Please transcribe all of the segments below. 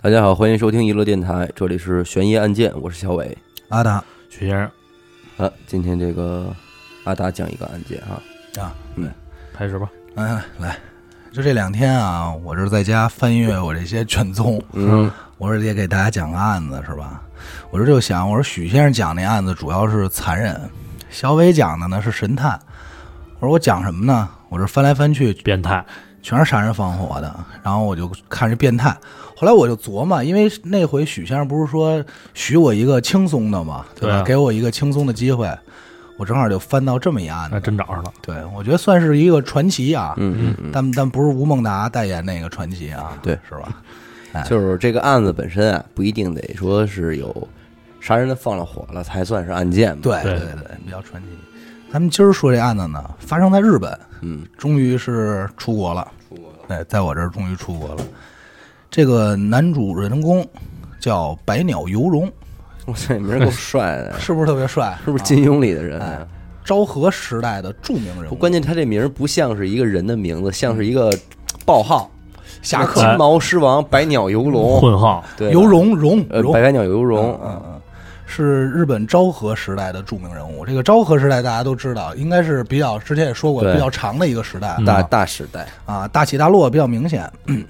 大家好，欢迎收听娱乐电台，这里是悬疑案件，我是小伟。阿达许先生，啊，今天这个阿达讲一个案件啊，啊，开始吧。哎，来，就这两天啊，我这在家翻阅我这些卷宗，嗯我说也给大家讲个案子是吧？我这就想，我说许先生讲那案子主要是残忍，小伟讲的呢是神探。我说我讲什么呢？我这翻来翻去变态，全是杀人放火的，然后我就看这变态。后来我就琢磨，因为那回许先生不是说许我一个轻松的嘛，对吧？对啊给我一个轻松的机会，我正好就翻到这么一案子那，真找上了。对，我觉得算是一个传奇啊，嗯嗯但但不是吴孟达代言那个传奇啊，对是吧？嗯，就是这个案子本身啊，不一定得说是有杀人的放了火了才算是案件嘛。对对对对，比较传奇。咱们今儿说这案子呢，发生在日本，嗯，终于是出国了，出国了，对，在我这儿终于出国了。这个男主人公叫百鸟游荣，我操，你名儿够帅的，是不是特别帅？ 是不是金庸里的人啊？昭和时代的著名人不物？关键他这名儿不像是一个人的名字，像是一个报号，侠金客哎毛狮王、百鸟游龙，混号，对，游，荣荣呃，荣百百鸟游龙嗯，嗯，嗯，是日本昭和时代的著名人物。这个昭和时代大家都知道，应该是比较之前也说过对比较长的一个时代、嗯大大时代，啊，大起大落比较明显。 嗯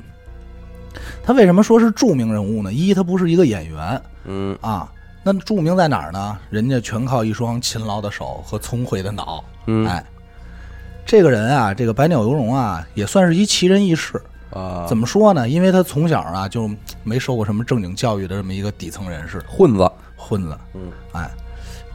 他为什么说是著名人物呢？一，他不是一个演员嗯，啊，那著名在哪儿呢？人家全靠一双勤劳的手和聪慧的脑。嗯哎，这个人啊，这个百鸟游龙啊，也算是一奇人异士。啊，怎么说呢？因为他从小啊就没受过什么正经教育的这么一个底层人士，混子，混子，嗯，哎，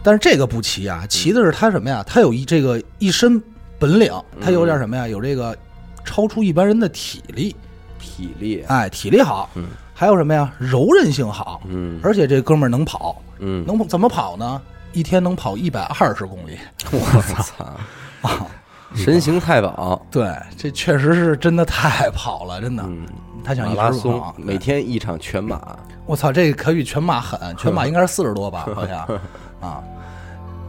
但是这个不奇啊，奇的是他什么呀？他有一这个一身本领，他有嗯点什么呀？有这个超出一般人的体力，体力，啊哎，体力好，嗯，还有什么呀？柔韧性好，嗯而且这哥们儿能跑，嗯，能怎么跑呢？一天能跑一百二十公里，嗯 我操，啊 神行太保，对，这确实是真的太跑了，真的。嗯，他想马一拉直跑松，，每天一场全马，我操，这可比全马狠，全马应该是四十多吧，好像啊。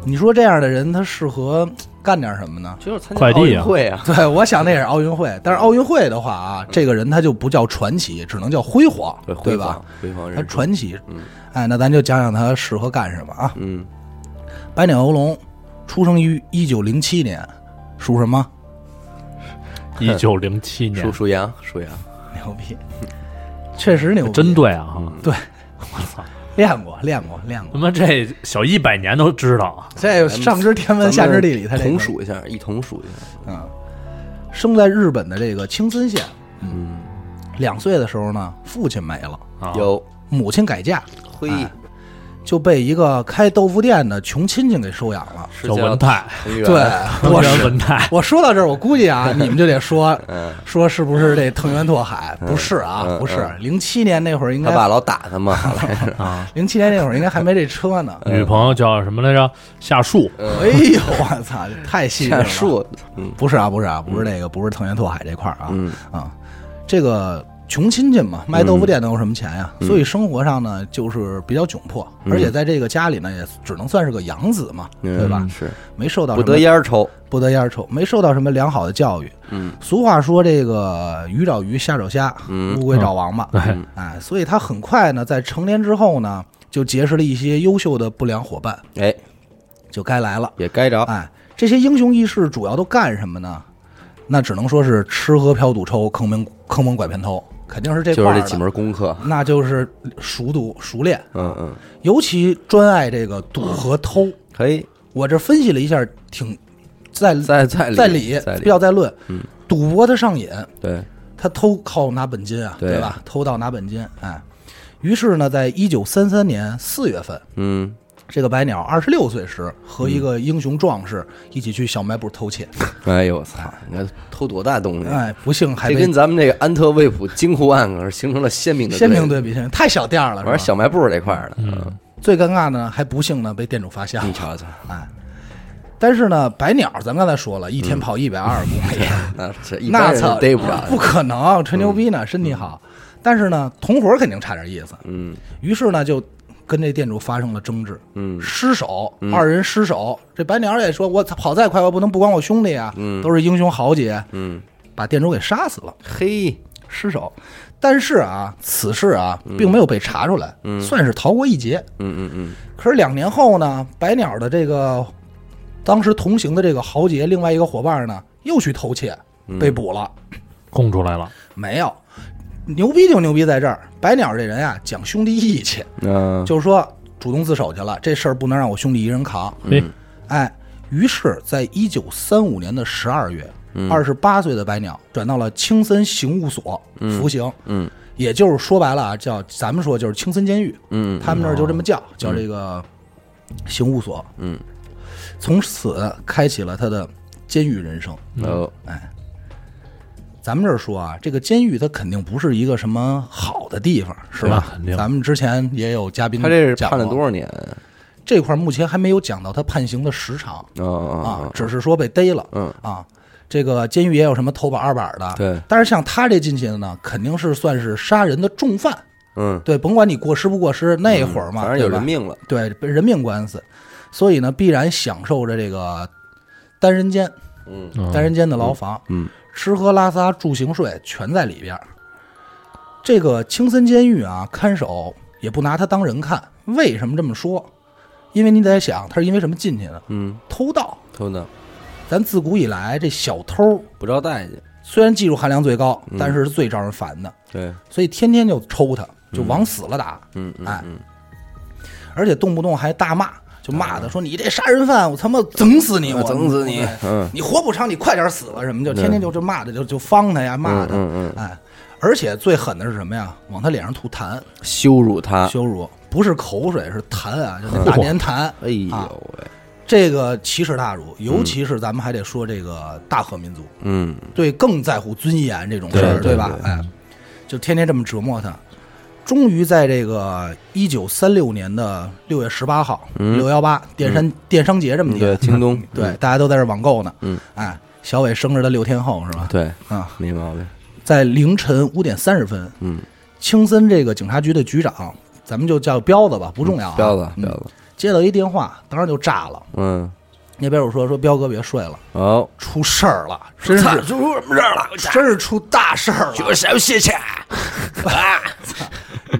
你说这样的人，他适合干点什么呢？就是参快递啊会啊， 对，我想那也是奥运会，但是奥运会的话啊，这个人他就不叫传奇，只能叫辉煌，对辉吧？煌，嗯辉煌他人，传奇，哎，那咱就讲讲他适合干什么啊？嗯，百鸟游龙出生于一九零七年，属什么？ 一九零七属年，属羊，属羊，牛逼，确实牛逼，真对啊！哈对，我操，练过，练过，练过他。妈这小一百年都知道啊！这上知天文，下知地理，他这同个数一下，一同数一下，嗯，生在日本的这个青森县，嗯，两岁的时候呢，父亲没了，啊，有，母亲改嫁，嘿，哎就被一个开豆腐店的穷亲戚给收养了。是小文泰， 成员，对，我藤原是文泰，我说到这儿，我估 计啊，你们就得说嗯，说是不是这藤原拓海？不是啊嗯，不是。零七年那会儿应他爸该，老打他 嘛，后哎来是，零七年那会儿应该还没这车呢。女朋友叫什么来着？夏树，哎呦，我操，这太细致下了。嗯树，嗯不是啊，不是啊，不是那个，不是藤原拓海这块儿啊嗯啊，这个穷亲戚嘛，卖豆腐店能有什么钱呀？嗯所以生活上呢就是比较窘迫，而且在这个家里呢也只能算是个养子嘛，嗯对吧？是没受到不什么得烟儿抽，不得烟儿抽，没受到什么良好的教育。嗯，俗话说这个鱼找鱼，虾找虾，嗯乌龟找王八。哎，哎，所以他很快呢，在成年之后呢，就结识了一些优秀的不良伙伴，哎，就该来了。也该着，哎，这些英雄义士主要都干什么呢？那只能说是吃喝嫖赌抽，坑蒙坑蒙拐骗偷，肯定是这就块是儿这的。几门功课，那就是熟读熟练，嗯嗯，尤其专爱这个赌和偷。可以，我这分析了一下，挺在在在理嗯在理在，理嗯比较在论。赌博他上瘾，对，他偷靠拿本金啊，对对吧？偷盗拿本金，哎。于是呢，在一九三三年四月份，嗯，这个白鸟二十六岁时，和一个英雄壮士一起去小卖部偷窃，哎呦我操，你看偷多大东西，哎，不幸还这被跟咱们这个安特卫普京沪案可是形成了鲜明的鲜明啊对对比，鲜明太小店儿了，比，是吧玩小卖部这块儿的，嗯，最尴尬呢，还不幸呢被店主发现你了。哎瞧瞧，但是呢，百鸟咱刚才说了，一嗯天跑一百二十公 里，那是一般那人操都逮不着，不可能，吹牛逼呢，身体好。但是呢，同伙肯定差点意思，嗯于是呢就跟这店主发生了争执，嗯失手，二人失手。这白鸟也说，我操跑再快，我不能不管我兄弟啊，都是英雄豪杰，嗯，把店主给杀死了。嘿，失手。但是啊，此事啊，嗯并没有被查出来，算是逃过一劫。嗯嗯嗯可是两年后呢，白鸟的这个当时同行的这个豪杰，另外一个伙伴呢，又去偷窃，嗯被捕了。供出来了，没有，牛逼就牛逼在这儿，白鸟这人啊，讲兄弟义气，嗯，就是说主动自首去了，这事儿不能让我兄弟一人扛。哎，哎，于是，在一九三五年的十二月，嗯二十八岁的白鸟转到了青森刑务所服刑。嗯，也就是说白了啊，叫咱们说就是青森监狱，嗯他们那儿就这么叫，叫这个刑务所。嗯，从此开启了他的监狱人生。哦，咱们这儿说啊，这个监狱它肯定不是一个什么好的地方，是吧那？肯定咱们之前也有嘉宾啊他这是讲判了过啊多少年？这块儿目前还没有讲到他判刑的时长哦哦啊，只是说被逮了。嗯啊，这个监狱也有什么头把二把的。对但是像他这进去的呢，肯定是算是杀人的重犯。嗯，对，甭管你过失不过失，那会儿嘛，反正有对吧人命了。对被人命官司，所以呢，必然享受着这个单人间、嗯嗯单人间的牢房，嗯吃喝拉撒住行睡全在里边儿。这个青森监狱啊，看守也不拿他当人看。为什么这么说？因为你得想，他是因为什么进去的？嗯，偷盗。偷的咱自古以来，这小偷不招待见。虽然技术含量最高，嗯但是是最招人烦的，对，所以天天就抽他，就往死了打，嗯嗯哎嗯，而且动不动还大骂，就骂他说：“你这杀人犯，我他妈整死你！我啊整死你对嗯你活不长，你快点死吧！”什么就天天就就骂他，就就方他呀，骂他，嗯嗯哎，而且最狠的是什么呀？往他脸上吐痰，羞辱他。羞辱，不是口水，是痰啊，就那大粘痰。哎呦啊喂，这个奇耻大辱，尤其是咱们还得说这个大和民族，嗯对更在乎尊严这种事儿，对吧？哎，就天天这么折磨他。终于在这个一九三六年的六月十八号，六幺八电商、电商节这么一嗯对个，京东啊 对，大家都在这网购呢。嗯，哎，小伟生日的六天后是吧？对，啊，没毛病。在凌晨五点三十分，嗯，青森这个警察局的局长，咱们就叫彪子吧，不重要、啊。彪子嗯彪子，接到一电话，当时就炸了。嗯，那边有说说彪哥别睡了，好，出事儿了，真是操出什么事儿了？真是出大事儿了！是谢谢，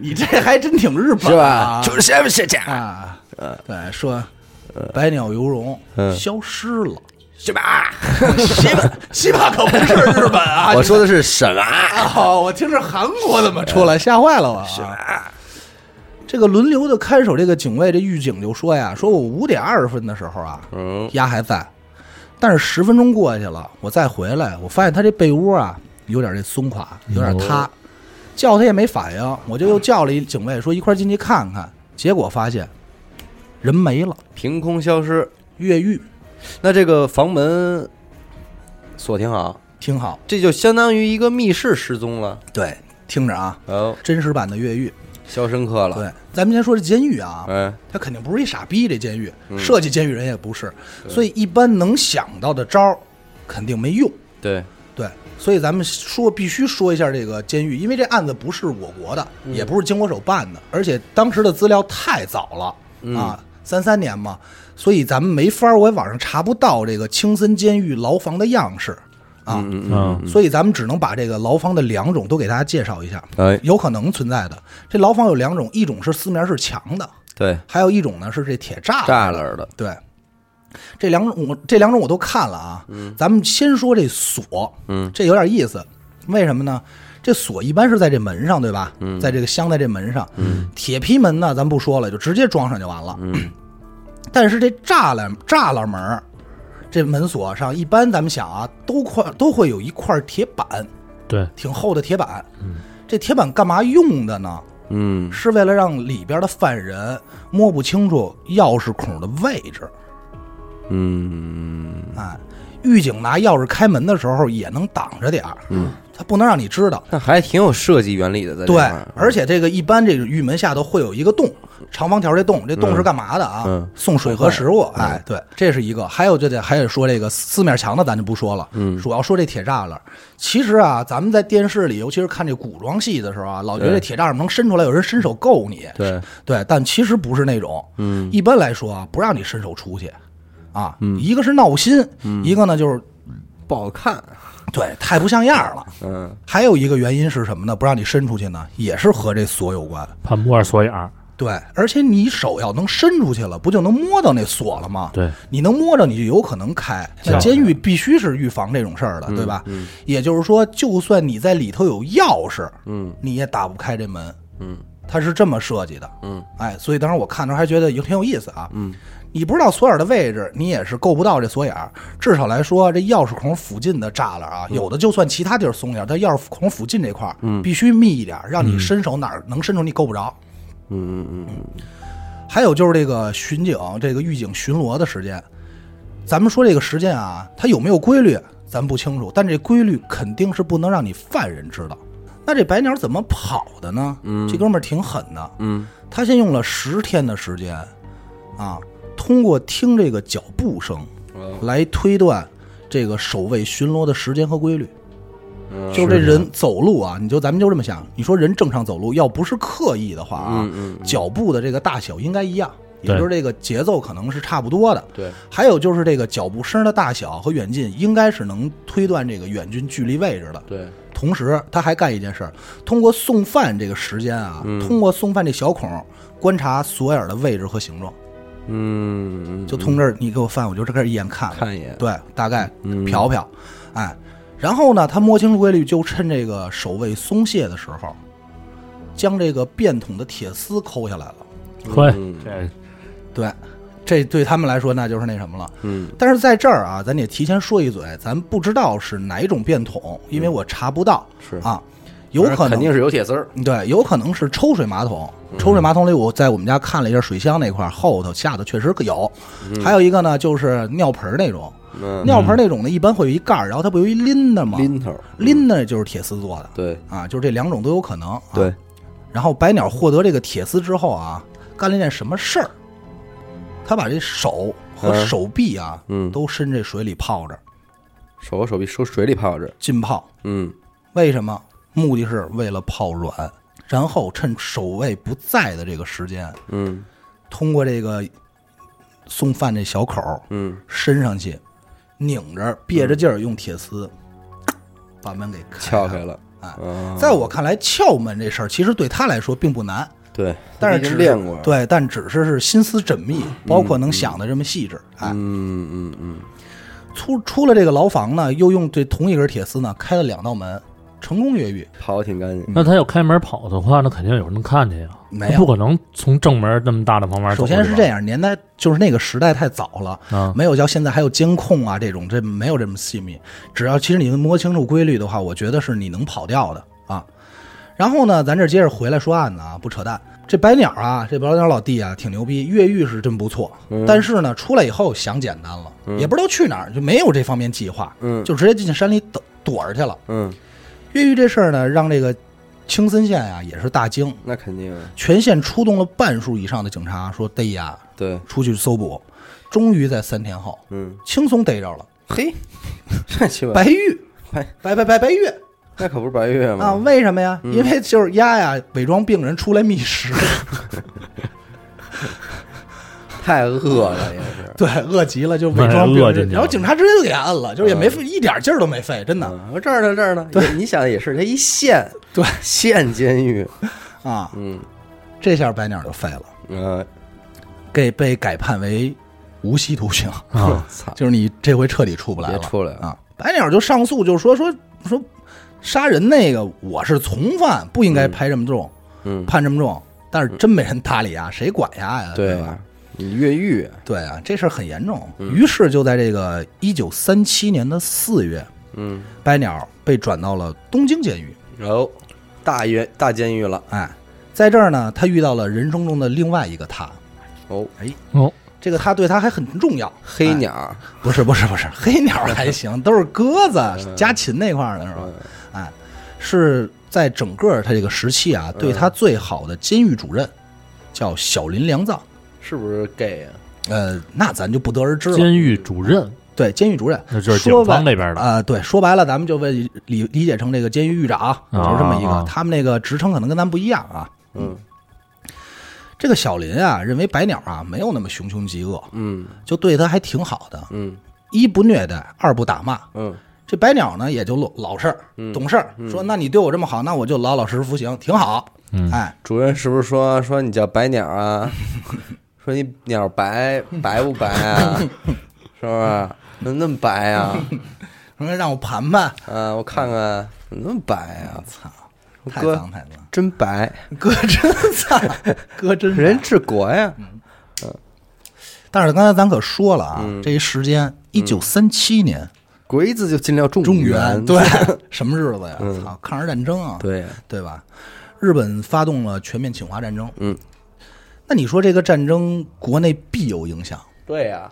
你这还真挺日本啊是吧？啊是谢谢，啊，对，说百鸟游龙嗯消失了，是吧？ 西巴西巴可不是日本啊！ 我说的是什么？啊哦，我听是韩国的嘛，出来吓坏了我啊。这个轮流的看守这个警卫，这狱警就说呀：“说我五点二十分的时候啊，嗯鸭还在，但是十分钟过去了，我再回来，我发现他这被窝啊有点这松垮，有点塌，叫他也没反应，我就又叫了一警卫说一块儿进去看看，结果发现人没了，凭空消失。越狱，那这个房门锁挺好，挺好，这就相当于一个密室失踪了。对，听着啊，哦，真实版的越狱，肖申克了。对，咱们先说这监狱啊，哎，他肯定不是一傻逼，这监狱嗯设计监狱人也不是，所以一般能想到的招儿肯定没用。对，对，所以咱们说必须说一下这个监狱，因为这案子不是我国的，嗯也不是经国手办的，而且当时的资料太早了、嗯啊，三三年嘛，所以咱们没法儿，我也网上查不到这个青森监狱牢房的样式啊，嗯，所以咱们只能把这个牢房的两种都给大家介绍一下，哎，有可能存在的。这牢房有两种，一种是四面是墙的，对，还有一种呢是这铁栅栏栅栏的。对，这两种我这两种我都看了啊。咱们先说这锁，嗯，这有点意思，为什么呢？这锁一般是在这门上，对吧？嗯，在这个镶在这门上，嗯，铁皮门呢，咱不说了，就直接装上就完了。嗯，但是这栅栏栅栏门儿，这门锁上一般咱们想啊，都块都会有一块铁板，对，挺厚的铁板。嗯，这铁板干嘛用的呢？嗯，是为了让里边的犯人摸不清楚钥匙孔的位置。嗯，哎，狱警拿钥匙开门的时候也能挡着点儿，嗯，他不能让你知道。那还挺有设计原理的，嗯在这对块儿，而且这个一般这个狱门下头会有一个洞，长方条这洞，这洞是干嘛的啊？嗯送水和食物。哎，对，这是一个。还有就得还得说这个四面墙的，咱就不说了。嗯，主要说这铁栅栏。其实啊，咱们在电视里，尤其是看这古装戏的时候啊，老觉得这铁栅栏能伸出来，有人伸手够你。对，对，但其实不是那种。嗯，一般来说啊，不让你嗯伸手出去，啊，一个是闹心，一个呢就是不好看。对，太不像样儿了。嗯还有一个原因是什么呢？不让你伸出去呢，也是和这锁有关。怕摸着锁眼儿，对，而且你手要能伸出去了，不就能摸到那锁了吗？对，你能摸着，你就有可能开。那是监狱必须是预防这种事儿的，对吧？也就是说，就算你在里头有钥匙，嗯，你也打不开这门。嗯，它是这么设计的。嗯，哎，所以当时我看的时候还觉得有挺有意思啊。嗯，你不知道锁眼的位置，你也是够不到这锁眼儿。至少来说，这钥匙孔附近的栅栏啊，有的就算其他地儿松点儿，但钥匙孔附近这块儿，嗯，必须密一点儿，让你伸手哪儿能伸出你够不着。嗯嗯嗯，还有就是这个巡警、这个狱警巡逻的时间，咱们说这个时间啊，它有没有规律，咱不清楚，但这规律肯定是不能让你犯人知道。那这白鸟怎么跑的呢？这哥们儿挺狠的，嗯，他先用了十天的时间，啊，通过听这个脚步声来推断这个守卫巡逻的时间和规律。嗯嗯就是这人走路啊，你就咱们就这么想，你说人正常走路，要不是刻意的话啊，嗯脚步的这个大小应该一样，也对就是这个节奏可能是差不多的。对，还有就是这个脚步声的大小和远近，应该是能推断这个远近距离位置的。对，同时，他还干一件事儿，通过送饭这个时间啊，通过送饭这小孔观察索尔的位置和形状，嗯，就从这儿你给我饭，我就这开始一眼看了看一眼，嗯对，大概瞟瞟，哎，然后呢，他摸清楚规律，就趁这个守卫松懈的时候，将这个便桶的铁丝抠下来了。嘿嗯，这对，这对他们来说那就是那什么了。嗯，但是在这儿啊，咱得提前说一嘴，咱不知道是哪种便桶，因为我查不到。嗯是啊，有可肯能定是有嗯铁丝儿，对，有可能是抽水马桶。抽水马桶里，我在我们家看了一下水箱那块儿后头下头确实有，还有一个呢就是尿盆儿那种。嗯，尿盆儿那种呢，一般会有一盖儿，然后它不有一拎的吗？拎头，拎的就是铁丝做的对啊，就是这两种都有可能、啊。对，然后白鸟获得这个铁丝之后啊，干了一件什么事儿？他把这手和嗯手臂啊，嗯都伸这水里泡着手和手臂收水里泡着，浸泡。嗯为什么？目的是为了泡软，然后趁守卫不在的这个时间，嗯通过这个送饭这小口儿嗯，伸上去，拧着憋着劲儿，用铁丝把门给开嗯撬了开了，哎啊，在我看来，撬门这事儿其实对他来说并不难，对，但是已只经是练过，，对，但只是是心思缜密，包括能想的这么细致。哎，嗯嗯嗯，出出了这个牢房呢，又用这同一根铁丝呢开了两道门，成功越狱。跑得挺干净，那他要开门跑的话，那肯定有人能看见呀，没他有不可能从正门那么大的旁边首走先是这样样，年代就是那个时代太早了，啊， 没有像现在还有监控啊这种，这没有这么细密。只要其实你能摸清楚规律的话，我觉得是你能跑掉的啊。然后呢，咱这接着回来说案子啊，不扯淡。这白鸟啊，这白鸟老弟啊，挺牛逼，越狱是真不错。但是呢，出来以后想简单了，也不知道去哪儿，就没有这方面计划，嗯就直接进山里躲躲着去了。嗯，越狱这事儿呢，让这个青森县啊也是大惊，那肯定啊，全县出动了半数以上的警察，说逮呀，对，出去搜捕。终于在三天后，嗯，轻松逮着了。 嘿，这鸡巴白玉，白嗯白白白白玉那可不是白月啊？吗？为什么呀？因为就是鸭呀，伪装病人出来觅食，太饿了也 是，对，饿极了就伪装那病饿进人，去然了后警察直接就给他摁了，就是也没费一点劲儿都没费，真的嗯，我这儿呢这儿呢，对，你想也是，这一县， 对，县监狱，啊。嗯这下白鸟就废了，呃，给被改判为无期徒刑，啊我 操，就是你这回彻底出不啊来别了，出来了，啊！白鸟就上诉，就说说说杀人那个我是从犯，不应该拍这么重，嗯，判这么重，但是真没人搭理啊，谁管呀呀？对吧？啊，你越狱，对啊，这事儿很严重。于是就在这个一九三七年的四月，嗯，白鸟被转到了东京监狱。然后大狱大监狱了，哎，在这儿呢，他遇到了人生中的另外一个他，哦，哎，哦，这个他对他还很重要。黑鸟，哎不是不是不是，黑鸟 还行，都是鸽子、嗯家禽那块儿的是吧？哎，是在整个他这个时期嗯啊，对他最好的监狱主任叫小林良藏。是不是 gay 啊？呃，那咱就不得而知了。监狱主任，对，监狱主任，那就是说警方白那边的啊、对，说白了，咱们就为理理解成这个监狱狱长，就是这么一个。啊啊他们那个职称可能跟咱不一样啊。嗯这个小林啊，认为白鸟啊没有那么穷凶极恶，嗯就对他还挺好的，嗯一不虐待，二不打骂，嗯这白鸟呢也就老老实儿、嗯懂事儿，说那你对我这么好，那我就老老实实服刑，挺好。嗯哎，主任是不是说说你叫白鸟 啊？说你鸟白白不白 啊？是不是？怎么那么白啊？说让我盘盘，啊，我看看，怎么那么白啊？操，我太哥脏太脏，真 白，哥真 惨，哥真人治国呀！但是刚才咱可说了啊，嗯这一时间，一九三七年，国一字就进料中中原，原对 什么日子呀？嗯操、抗日战争啊，对，对吧？日本发动了全面侵华战争，嗯，那你说这个战争国内必有影响，对呀，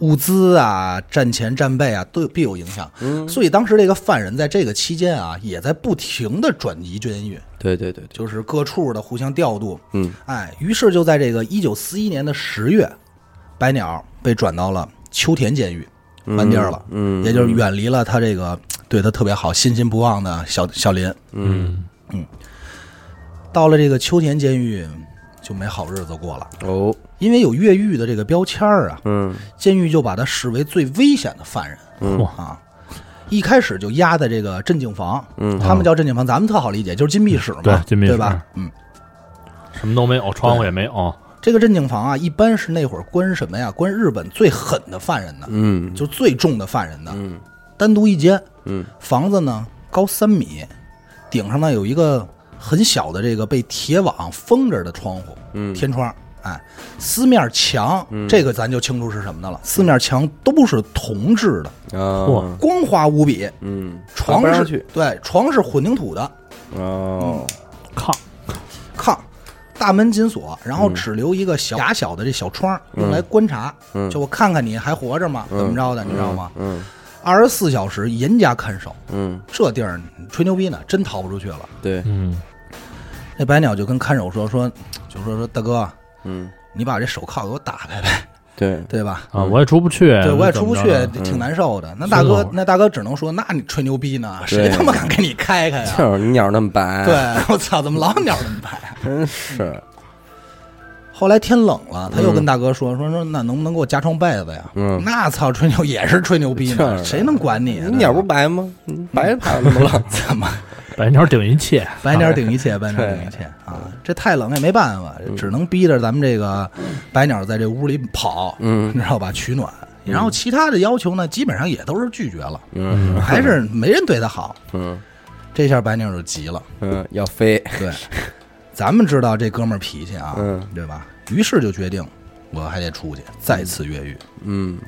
物资啊、战前战备啊都有必有影响，嗯，所以当时这个犯人在这个期间啊，也在不停的转移监狱，对对对对，就是各处的互相调度，嗯，哎，于是就在这个一九四一年的十月，白鸟被转到了秋田监狱，完地儿了，嗯，也就是远离了他这个对他特别好、心心不忘的小小林。嗯，到了这个秋田监狱，就没好日子过了，哦，因为有越狱的这个标签儿啊，嗯监狱就把他视为最危险的犯人嚯，啊。一开始就压在这个镇静房，嗯他们叫镇静房，咱们特好理解，就是禁闭室嘛，对禁闭室对吧？嗯，什么都没有，窗户也没有，这个镇静房啊，一般是那会儿关什么呀？关日本最狠的犯人的，嗯就最重的犯人的，嗯单独一间。嗯，房子呢高三米，顶上呢有一个很小的这个被铁网封着的窗户，嗯天窗。哎，四面墙，这个咱就清楚是什么的了。四面墙都是铜制的，啊，光滑无比。嗯，爬床不上是去对，床是混凝土的哦，炕，炕，大门紧锁，然后只留一个小狭小的这小窗，用来观察，嗯就我看看你还活着吗？怎么着的，你知道吗？嗯二十四小时严加看守，嗯，这地儿你吹牛逼呢，真逃不出去了。对，嗯，那白鸟就跟看守说说，就说说大哥，嗯你把这手铐给我打开呗，对，对吧？啊，我也出不去，嗯对，我也怎出不么去着的，挺难受的。那大孙哥老，那大哥只能说，那你吹牛逼呢，对哎谁他妈敢给你开开 呀？就是你鸟那么白，对，我操，怎么老鸟这么白啊？真是，后来天冷了，他又跟大哥说说说，那能不能给我加床被子呀？嗯那操，吹牛也是吹牛 逼这呢，谁能管你 啊？你鸟不白吗？你白爬那么冷， 怎么白鸟顶一切，白鸟顶一切，白鸟顶一切 啊！这太冷也没办法，嗯只能逼着咱们这个白鸟在这屋里跑，嗯，你知道吧？取暖。然后其他的要求呢，基本上也都是拒绝了， 嗯还是没人对他好。嗯这下白鸟就急 了，嗯，要飞，对，咱们知道这哥们儿脾气啊，嗯对吧？于是就决定，我还得出去再次越狱。嗯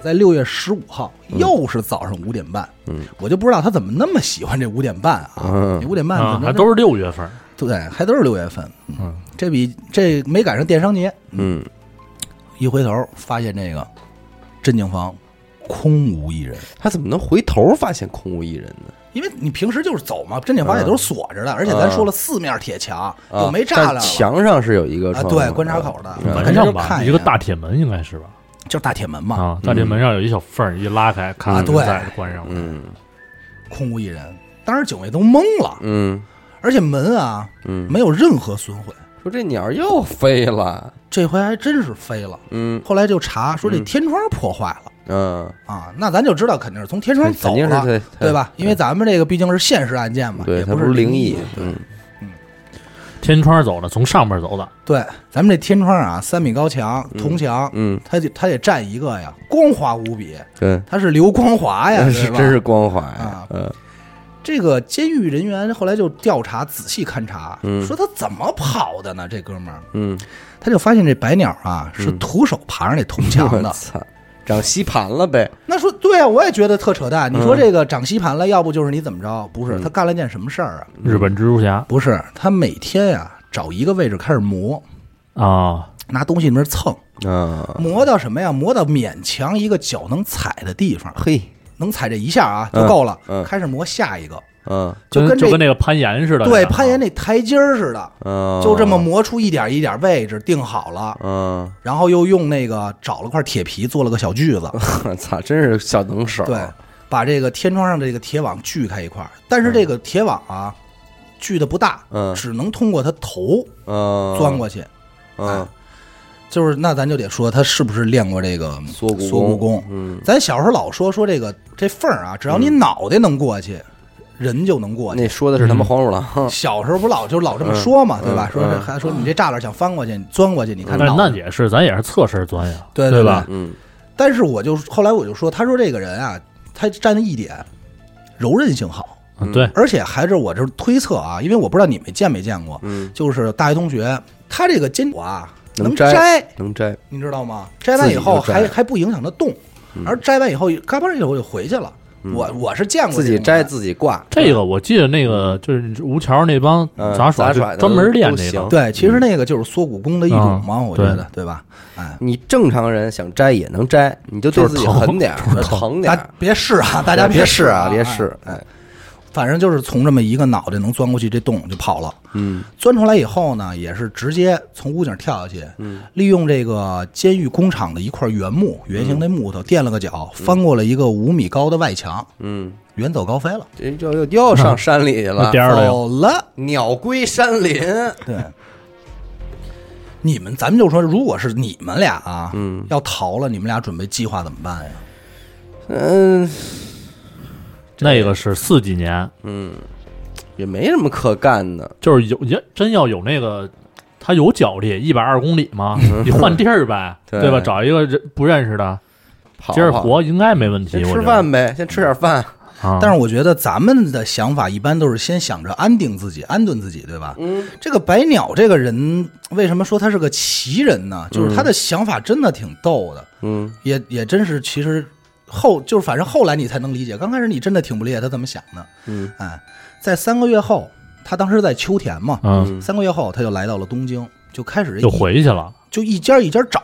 在六月十五号，又是早上五点半，嗯，我就不知道他怎么那么喜欢这五点半啊嗯，五点半啊，怎么还都是六月份，对，还都是六月份，嗯，这比这没赶上电商节，嗯，一回头发现这个镇静房空无一人，他怎么能回头发现空无一人呢？因为你平时就是走嘛，镇静房也都是锁着的，而且咱说了四面铁墙，嗯啊又没栅但栏墙上是有一个了，啊，窗户对，观察口的，嗯咱门就上是吧，看一个眼大铁门应该是吧？就是大铁门嘛，啊，大铁门上有一小缝儿，一拉开，啊咔，对再关上，嗯空无一人，当时警卫都懵了，嗯而且门啊嗯，没有任何损毁，说这鸟又飞了，这回还真是飞了。嗯后来就查说这天窗破坏了。嗯，啊，那咱就知道肯定是从天窗走肯定是了，对对吧？因为咱们这个毕竟是现实案件嘛，对，也它不不是灵异异。，嗯天窗走了，从上边走的，对，咱们这天窗啊，三米高墙，铜墙，嗯，它得它得占一个呀，光滑无比，对，它是流光滑 呀，是对吧真是光滑呀啊，嗯这个监狱人员后来就调查，仔细勘察，嗯说他怎么跑的呢？这哥们儿，嗯，他就发现这白鸟啊是徒手爬上那铜墙我的。操，长吸盘了呗，那说对啊，我也觉得特扯淡。你嗯说这个长吸盘了，要不就是你怎么着？不是，他干了件什么事儿啊？日本蜘蛛侠不是，他每天呀、找一个位置开始磨，啊，拿东西里面蹭，啊，磨到什么呀？磨到勉强一个脚能踩的地方，嘿，能踩这一下啊嗯就够了。嗯开始磨下一个，嗯就跟就这跟那个攀岩似的，对是吧攀岩那台阶儿似的，嗯，就这么磨出一点一点位置定好了，嗯， 然后又用那个找了块铁皮做了个小锯子，我操，真是小能手，对，把这个天窗上的这个铁网锯开一块儿。但是这个铁网啊，锯的不大，嗯只能通过他头嗯，钻过去。嗯，就是那咱就得说他是不是练过这个缩骨功骨功？嗯，咱小时候老说说这个这缝儿啊，只要你脑袋能过去，人就能过去。嗯那说的是他妈黄鼠狼， 小时候不老就老这么说嗯嘛，对吧？说这还说你这栅栏想翻过去，你钻过去，你看但脑那袋。也是，咱也是侧身钻呀，对对对吧？嗯但是我就后来我就说，他说这个人啊，他占的一点，柔韧性好。嗯对，而且还是我这推测啊，因为我不知道你们见没见过，嗯，就是大学同学，他这个坚果啊能摘摘，能摘，你知道吗？摘完以后自己就摘嗯还还不影响它动，而摘完以后嘎巴儿一会儿就回去了。我我是见过自这己种摘人自己挂，这个我记得那个就是吴桥那帮嗯杂耍杂就耍的专门练都这行个，对，其实那个就是缩骨功的一种嘛，嗯我觉得对对吧？哎，你正常人想摘也能摘，你就对就是自己疼狠点儿，呃疼点大儿，别试啊，大家别试试啊，别哎试，哎，反正就是从这么一个脑袋能钻过去这洞就跑了，嗯，钻出来以后呢，也是直接从屋顶跳下去，嗯，利用这个监狱工厂的一块原木圆形的木头垫了个脚，翻过了一个五米高的外墙，嗯，远走高飞了，这又又又上山里去嗯那了，颠儿了又。走了。鸟归山林，对，你们咱们就说，如果是你们俩啊，嗯，要逃了，你们俩准备计划怎么办呀？嗯那个是四几年，嗯，也没什么可干的，就是有也真要有那个，他有脚力，一百二公里嘛，你换地儿呗，对对吧？找一个人不认识的，跑今儿跑活应该没问题。先我觉吃得饭呗，先吃点饭，啊，但是我觉得咱们的想法一般都是先想着安定自己、安顿自己，对吧？嗯，这个白鸟这个人，为什么说他是个奇人嗯呢？就是他的想法真的挺逗的，嗯也也真是，其实后就是反正后来你才能理解，刚开始你真的挺不理解他怎么想的。嗯，哎，在三个月后，他当时在秋田嘛，嗯，三个月后他就来到了东京，就开始这就一回去了。就一家一家找，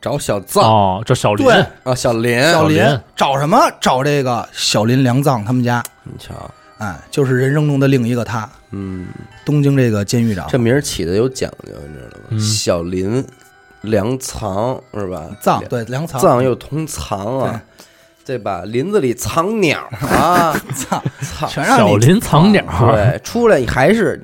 找小藏哦，这小林对，啊，小林，小林哎小林找什么？找这个小林良藏他们家，你瞧，哎，就是人生中的另一个他，嗯，东京这个监狱长这名儿起的有讲究，你知道吗？嗯小林粮藏是吧？藏，粮对粮藏藏又通藏啊，对吧？林子里藏鸟啊， 藏，藏全让小你林藏鸟，对，出来你还是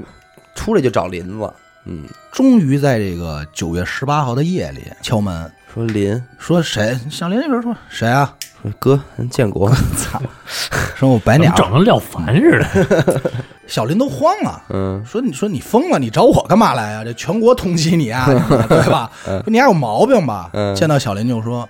出来就找林子，嗯，终于在这个九月十八号的夜里敲门，说林，说谁？小林那边说谁啊？说哥，咱建国，说我白怎鸟么，整跟廖凡似的？小林都慌了。嗯，说你说你疯了，你找我干嘛来呀、啊这全国通缉你 啊，对吧？说你还有毛病吧？嗯见到小林就说，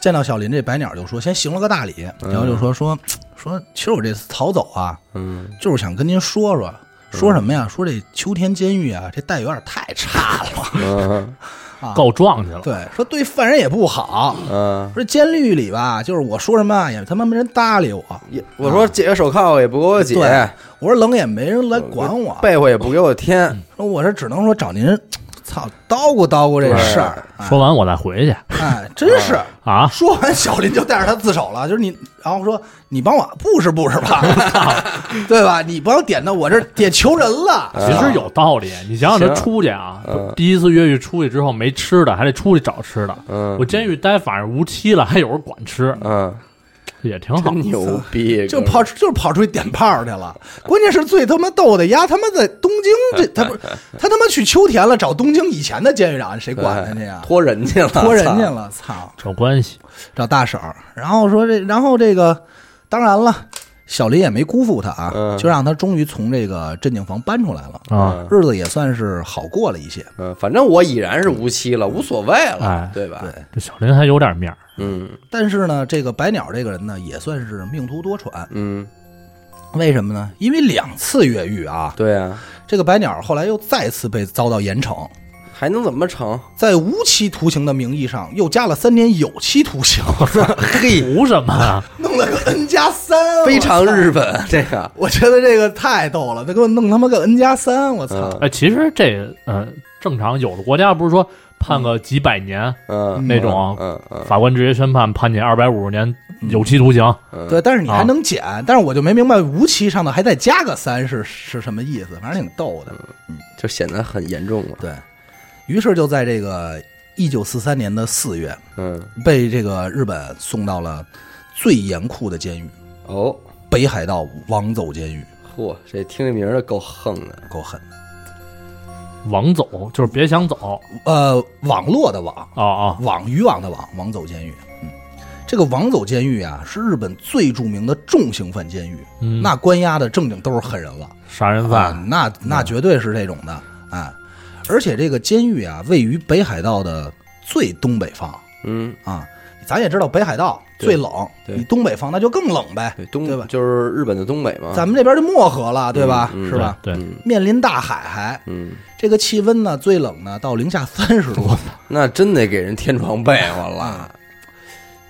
见到小林这白鸟就说，先行了个大礼，然后就说说说，其实我这次逃走啊，嗯，就是想跟您说说，说什么呀？说这秋天监狱啊，这待遇有点太差了。 嗯告状去了。对，说对犯人也不好。嗯，说监狱里吧，就是我说什么啊也他妈没人搭理我，也我说解个手铐也不给我解，对我说冷也没人来管我，被窝也不给我添，说我这只能说找您，操，叨咕叨咕这事 儿。哎说完我再回去哎，真是。啊！说完，小林就带着他自首了，就是你，然后说你帮我布置布置吧，对吧？你不要点到我这儿点求人了， 其实有道理，你想想他出去啊，第一次越狱出去之后没吃的，还得出去找吃的。嗯我监狱待反正无期了，还有人管吃，嗯，也挺好真。牛逼，就跑就是跑出去点炮去了。关键是最他妈逗的，丫他妈在东京这他不是他他妈去秋田了，找东京以前的监狱长，谁管他去 呀？托人家了，托人家操，了，操！找关系，找大婶儿，然后说这，然后这个，当然了，小林也没辜负他啊，嗯就让他终于从这个镇静房搬出来了啊日子也算是好过了一些。嗯，反正我已然是无期了，无所谓了哎，对吧？对这小林还有点面儿。嗯但是呢，这个白鸟这个人呢，也算是命途多舛。嗯，为什么呢？因为两次越狱啊，对啊，这个白鸟后来又再次被遭到严惩，还能怎么 成？在无期徒刑的名义上又加了三年有期徒刑，嘿，图什么啊？弄了个 N 加三， 非常我操日本这个，我觉得这个太逗了，他给我弄他妈个 N 加三，我操！嗯哎，其实这呃，正常有的国家不是说判个几百年，嗯，那种嗯嗯法官直接宣判判你二百五十年有期徒刑，嗯，对，但是你还啊能减，但是我就没明白无期上头还再加个三是是什么意思，反正挺逗嗯的。就显得很严重了。对于是就在这个一九四三年的四月，嗯，被这个日本送到了最严酷的监狱哦， ——北海道王走监狱，嚯，这听这名儿够横的，够狠的。网走，就是别想走。呃，网络的网，哦哦，网渔网的网，网走监狱。嗯，这个网走监狱啊，是日本最著名的重刑犯监狱，嗯那关押的正经都是狠人了，杀人啊犯，，嗯那那绝对是这种的啊。而且这个监狱啊，位于北海道的最东北方嗯，啊。咱也知道北海道对最冷，对你东北方那就更冷呗，对，东对吧就是日本的东北嘛，咱们这边就漠河了，对吧？嗯嗯是吧？对，对嗯面临大海还，嗯，这个气温呢，最冷呢到零下三十度。那真得给人添床被窝嗯了，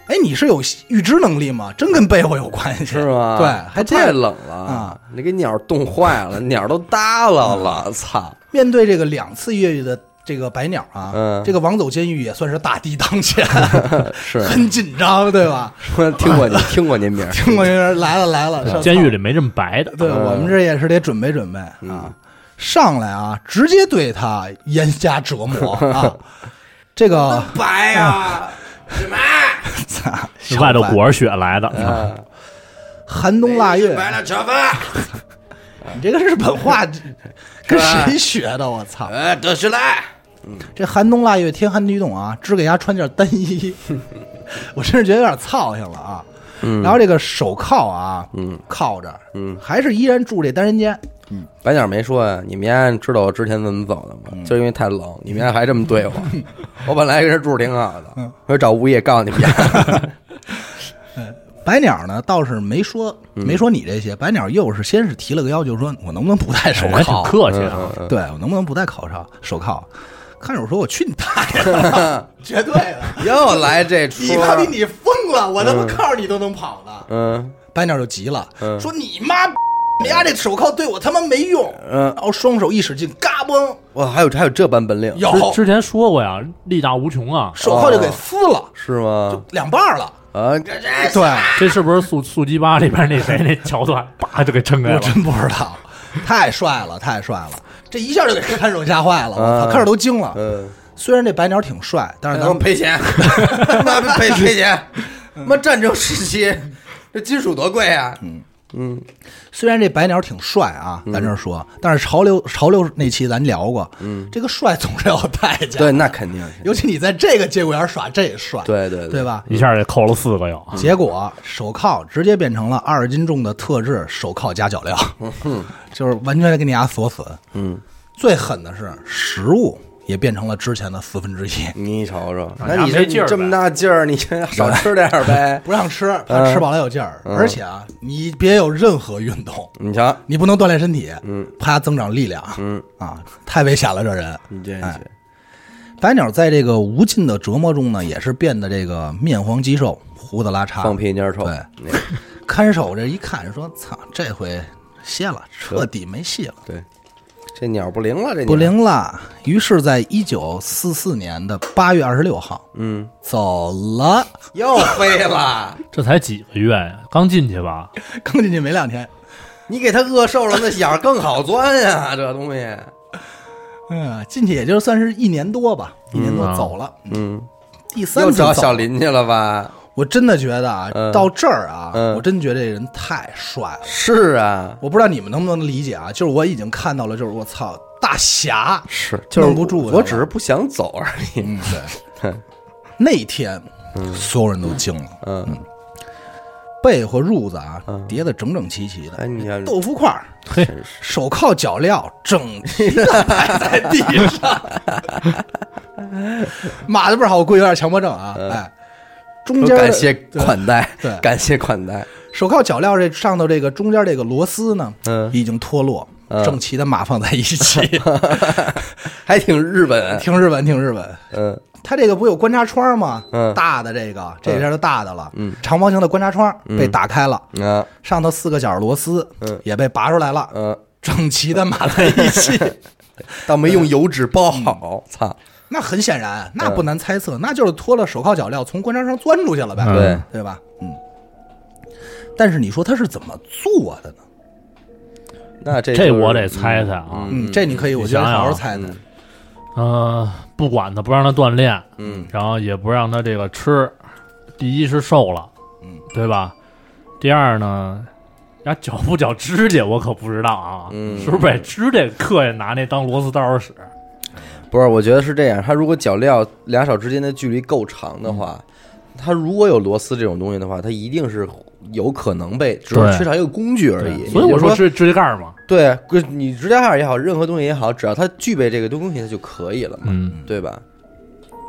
哎，你是有预知能力吗？真跟被窝有关系是吗？对，它还这太样。冷了啊！嗯你给鸟冻坏了，鸟都耷拉了，操！面对这个两次越狱的这个白鸟啊，嗯这个王走监狱也算是大敌当前， 是很紧张，对吧？说听过你 听过您名儿，听过人来了来了，上监狱里没这么白的。对我们这也是得准备准备啊，上来啊，直接对他严加折磨啊。 这个白呀，什 么？小外头白裹着雪来哎的，啊寒冬腊月，哎了炒饭，你这个日本话 跟谁学的？我操！呃，都是来。这寒冬腊月，天寒地冻啊，只给丫穿件单衣， 我真是觉得有点操性了啊。然后这个手铐啊，嗯，铐着，嗯，还是依然住这单人间，白鸟没说呀，你们家知道我之前怎么走的吗？就是因为太冷，你们家还这么对我。 我本来跟人住挺好的，我就找物业告你们家。白鸟呢倒是没说嗯没说你这些，白鸟又是先是提了个要求，说我嗯能不能不戴手人哎还挺铐？客气啊的。嗯对我能不能不戴口罩手铐？看着我说我去你大 爷的，绝对的，又来这出，你妈逼你疯了！我他妈靠着你都能跑呢。嗯白鸟就急了，说你妈逼，你丫这手铐对我他妈没用。嗯，然后双手一使劲，嘎嘣，哇，还有还有这般本领，有之之前说过呀，力大无穷啊，手铐就给撕了，是吗？两半儿了。哎啊，对，这是不是速速激八里边那谁那桥段，叭就给撑开我 了？真不知道，太帅了，太帅了！这一下就给看守吓坏了，我操，嗯看着都惊了。嗯，哎虽然这白鸟挺帅，但是咱能们赔钱，妈赔赔钱，妈战争时期这金属多贵啊！虽然这白鸟挺帅啊，嗯咱这儿说，但是潮流潮流那期咱聊过，嗯，这个帅总是要有代价，对，，那肯定是，尤其你在这个节骨眼儿耍这帅，对对对，吧？一下给扣了四个又，结果手铐直接变成了二十斤重的特制手铐加脚镣，就是完全给你俩锁死。嗯，最狠的是食物也变成了之前的四分之一，你瞅瞅，啊那你这没劲儿你呗这么大劲儿，你 这少吃点儿呗。不让吃，怕嗯吃饱了有劲儿。而且啊，你别有任何运动，你瞧， 你不能锻炼身体，嗯，怕增长力量，嗯啊，太危险了，这人。你这哎白鸟在这个无尽的折磨中呢，也是变得这个面黄肌瘦、胡子拉碴。放屁蔫臭，对那看守这一看，说：“操，这回歇了，彻底没戏了，对，这鸟不灵了，这鸟不。灵了。”于是，在一九四四年的八月二十六号，嗯，走了。 又飞了，这才几个月呀，刚进去吧？刚进去没两天，你给它饿瘦了，那眼儿更好钻呀、这东西。嗯，进去也就算是一年多吧，一年多走了。嗯，第三又次找走小林去了吧？我真的觉得啊，嗯到这儿啊，嗯我真觉得这人太帅了。是啊，我不知道你们能不能理解啊，就是我已经看到了，就是我操，大侠，是就是弄不住我他我了只是不想走而已。嗯，对。 那天，所有人都惊了，嗯，被和褥子啊叠得整整齐齐 哎，的，你看，豆腐块儿、嘿，手铐、脚镣整 齐的摆在地上，码的倍儿好，我估计有点强迫症啊，哎，中说嗯间感的谢款待对对，感谢款待。手铐脚镣这上头这个中间这个螺丝呢，嗯已经脱落，整齐的码放在一起。还挺日 本。听日本，听日本，嗯它这个不有观察窗吗？嗯大的这个这边就大的了，长方形的观察窗被打开了，啊上头四个角螺丝嗯也被拔出来了，嗯，整齐的码在 一起。倒没用油纸包好，操！那很显嗯然，那不难猜测，那就是脱了手铐脚镣从观察窗钻出去了呗，嗯对，对吧？嗯。但是你说他是怎么做的呢？嗯那这这就是我得猜猜啊。嗯，这你可以，我觉得你想想好啊好猜猜。嗯，不管他，不让他锻炼，嗯，然后也不让他这个吃。第一是瘦了，嗯，对吧？第二呢，人家绞不绞指甲我可不知道啊，嗯是不是把指甲刻下拿那当螺丝刀使？不是，我觉得是这样，它如果脚镣俩手之间的距离够长的话，它如果有螺丝这种东西的话，它一定是有可能被，只对是缺少一个工具而已。所以也我就是说，指指甲盖儿嘛，对，跟你指甲盖儿也好，任何东西也好，只要它具备这个东西，它就可以了嘛，嗯，对吧？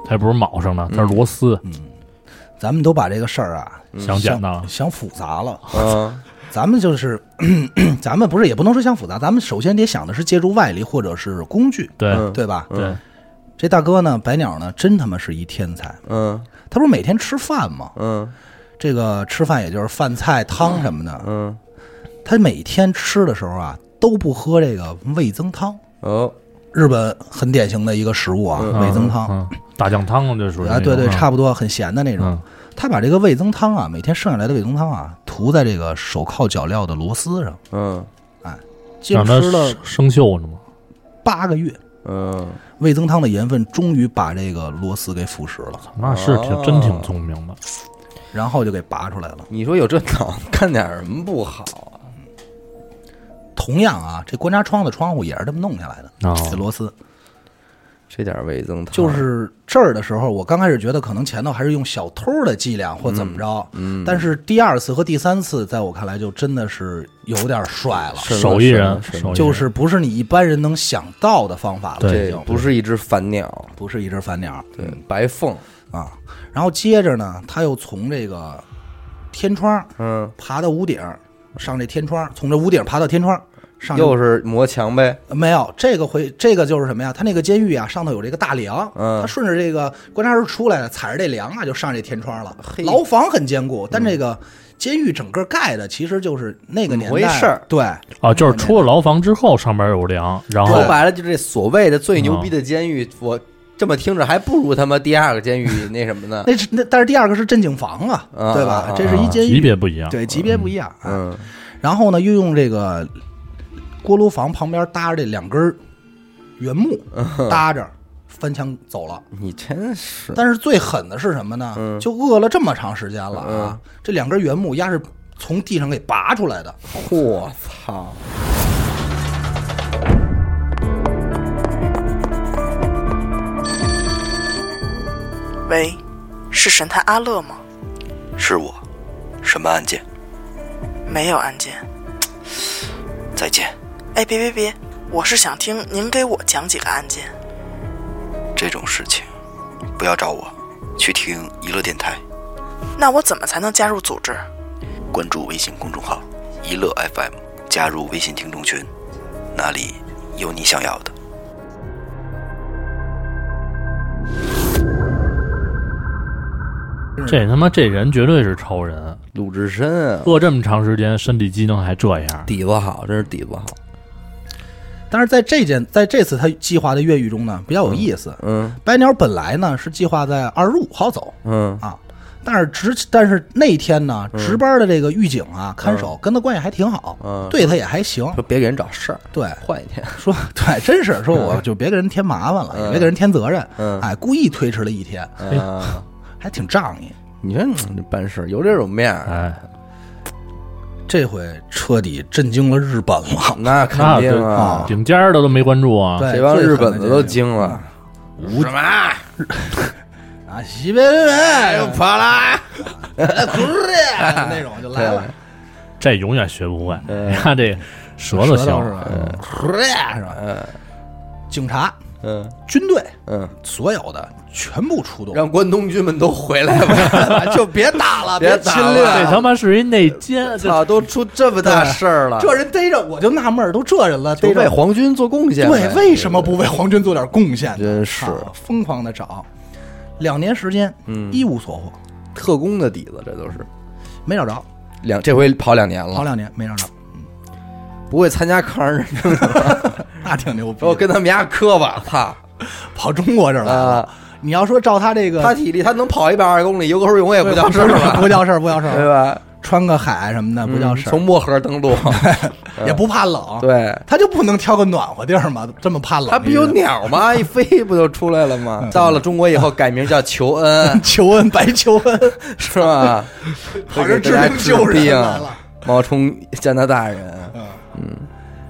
它也不是铆上的，它是螺丝，咱们都把这个事儿啊想简单了想想复杂了。嗯，咱们就是， 咱们不是也不能说想复杂，咱们首先得想的是借助外力或者是工具，对嗯对吧？对，这大哥呢，白鸟呢，真他妈是一天才。嗯他不是每天吃饭吗？嗯这个吃饭也就是饭菜汤什么的。嗯，他每天吃的时候啊，都不喝这个味增汤，哦，日本很典型的一个食物啊，嗯味增汤。嗯大酱汤这属于啊，对对，差不不多，很咸的那种嗯。他把这个味增汤啊，每天剩下来的味增汤啊，涂在这个手铐脚镣的螺丝上，嗯坚嗯让它持了生锈呢嘛，八个月，嗯，味增汤的盐分终于把这个螺丝给腐蚀了，那是挺哦真挺聪明的，然后就给拔出来了。你说有这脑子干点什么不好啊？同样啊，这观察窗的窗户也是这么弄下来的，哦这螺丝。这点味增汤就是这儿的时候，我刚开始觉得可能前头还是用小偷的伎俩或怎么着，嗯，但是第二次和第三次，在我看来就真的是有点帅了，是的手艺人，是的手艺人就是不是你一般人能想到的方法了，对嗯已这经不是一只反鸟，不是一只反鸟，对，白凤，啊。然后接着呢，他又从这个天窗嗯，爬到屋顶，上这天窗，从这屋顶爬到天窗，上这又是磨墙呗，没有，这个回这个就是什么呀？他那个监狱啊，上头有这个大梁，嗯他顺着这个观察室出来了，踩着这梁啊，就上这天窗了嘿。嗯牢房很坚固，但这个监狱整个盖的其实就是那个年代怎么回事儿对，啊，就是出了牢房之后，上边有梁，然后说白了就是这所谓的最牛逼的监狱，我这么听着还不如他妈第二个监狱那什么呢？那是那但是第二个是镇静房啊，啊对啊吧啊？这是一啊监级狱，别不一样，对级别不一样。啊嗯然后呢，又用这个锅炉房旁边搭着这两根儿原木嗯搭着翻墙走了。你真是，但是最狠的是什么呢？嗯就饿了这么长时间了啊，这两根原木压是从地上给拔出来的，我操！喂，是神探阿乐吗？是我，什么案件？没有案件。再见，哎，别别别，我是想听您给我讲几个案件。这种事情不要找我，去听娱乐电台，那我怎么才能加入组织？关注微信公众号“娱乐 FM”，加入微信听众群，那里有你想要的。这他妈这人绝对是超人，鲁智深啊，饿这么长时间，身体机能还这样，底子好，真是底子好。但是在这件在这次他计划的越狱中呢，比较有意思。嗯白鸟本来呢是计划在二十五号走嗯啊，但是值但是那天呢值班的这个狱警啊看守跟他关系还挺好，嗯对他也还行。说别给人找事儿，对，换一天。说对，真是说我就别给人添麻烦了，也别给人添责任，嗯哎，故意推迟了一天，啊，还挺仗义。你说你这办事儿有这种面儿，哎，这回彻底震惊了日本了。那肯那哦定这啊，顶尖儿的都没关注啊，对这帮日本的都惊了。无什么啊，西北哎人又跑啦，不是 那种就来了，这永远学不会，你看这舌头舌头是行，吧？不是是吧？警察、嗯军队，嗯，所有的全部出动，让关东军们都回来吧，就别打了，别侵打了略这了。他妈是一内奸，这操，都出这么大事儿了，这人逮着我就纳闷儿，都这人了，就逮为着皇军做贡献呗。对，为什么不为皇军做点贡献呢？真是操疯狂的找，两年时间，嗯一无所获，特工的底子，这都是没找着，两这回跑两年了，跑两年没找着，不会参加抗日战争，那挺牛逼的。我嗯哦跟他们家磕吧，操嗯跑中国这儿来了啊！你要说照他这个，他体力他能跑一百二十公里，游个游泳也不叫事儿吧，不叫事儿，不叫事对儿，吧？嗯穿个海什么的不叫事从儿，漠河 登陆，也不怕冷。，对，他就不能挑个暖和地儿吗？这么怕冷，哎他不有你，鸟吗？一飞不就出来了吗？到了中国以后改名叫求恩求恩白求恩， 是吧？好人治病救人来了。嗯冒充加拿大人，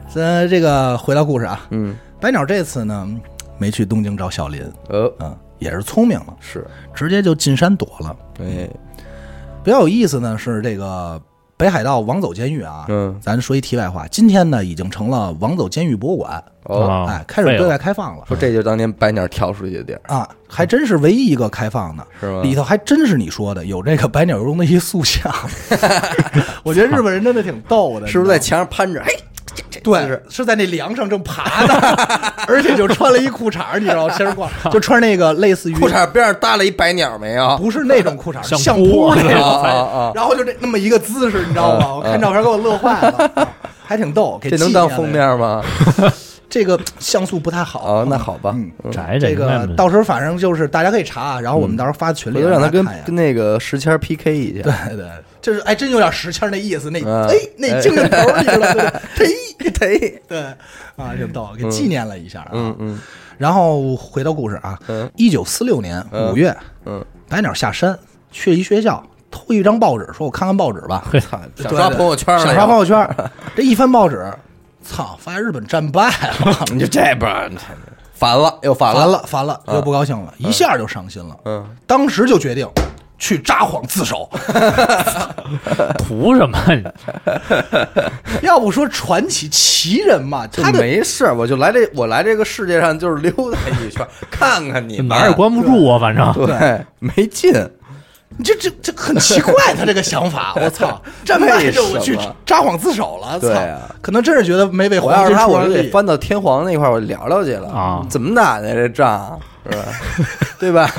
咱这个回到故事啊，嗯白鸟这次呢，没去东京找小林，呃，嗯，也是聪明了，是，直接就进山躲了。哎，嗯比较有意思呢是这个北海道王走监狱啊，嗯，咱说一题外话，今天呢已经成了王走监狱博物馆，哦，啊哎，开始废了对外开放了说这就是当年白鸟跳出去的地儿，啊，还真是唯一一个开放的。是吗？里头还真是你说的，有这个白鸟中的一 塑像，我觉得日本人真的挺逗的，是不是在你知墙上攀着？哎嘿，道吗？对，是在那梁上正 爬呢，而且就穿了一裤衩儿，你知道吗？身光就穿那个类似于裤衩边上搭了一白鸟没有？不是那种 裤衩儿，相相扑那啊种，啊啊！然后就这那么一个姿势，你知道吗？我看照片给我乐 坏了，还挺逗，给嗯这能记下当来封？面 吗？这个像素不太好哦，那好吧，嗯，宅宅这个到时候反正就是大家可以查，啊然后我们到时候发群里回嗯头让他大家跟看一眼跟那个石谦 PK 一 下。对对，就是哎，真有点石谦那意思，那嗯哎那精神头儿，你知 道吗？对对，对啊，挺逗，给纪念了一下啊。哎嗯嗯然后回到故事啊嗯，一九四六年嗯五月，嗯，白鸟下山去一学校偷一张报纸，说我看看报纸吧，操，想对刷对朋友圈了，想刷朋友 圈儿，这一翻报纸，操，发现日本战败了， 你就这边烦了，又烦烦了，了烦了，又不高兴了，一下就伤心了，嗯，当时就决定去札幌自首。图什么？要不说传奇奇人嘛，就他的没事儿，我就来这，我来这个世界上就是溜达一圈，看看你们哪儿也关不住啊，反正对，没 劲，你这这这很奇怪，他这个 想法，我操！战败着我去为什么札幌自首了，操！对啊可能真是觉得没为我皇要是军他，出我人就得力。翻到天皇那块儿，我聊聊去了啊怎么打的这仗，是吧？对吧？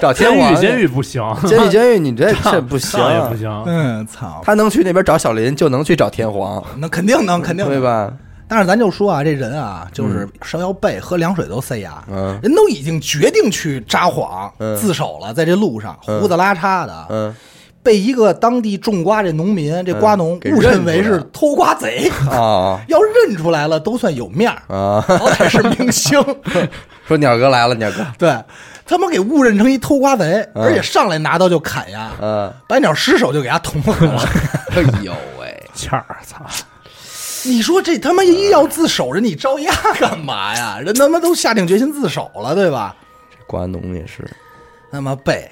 找天监皇狱去，监狱不行， 监狱，监狱，你 这这不行上也啊 不，行。嗯，操！他能去那边找小林，就能去找天皇，那肯定能，肯定对能。吧？但是咱就说啊，这人啊，就是蛇腰背，喝凉水都塞牙。嗯人都已经决定去札幌嗯自首了，在这路上胡子拉碴的，嗯，被一个当地种瓜这农民，这瓜农给误认认出为来是偷瓜 贼，啊要认出来了都算有面儿，啊，好歹是 明星。说鸟哥来了，鸟哥，对，他妈给误认成一偷瓜贼，嗯而且上来拿刀就砍呀，嗯，白鸟失手就给他捅死 了。哎呦喂，欠儿，操！你说这他妈一要自首，人你招压干嘛呀？人他妈都下定决心自首了，对吧？瓜农也是，那么背，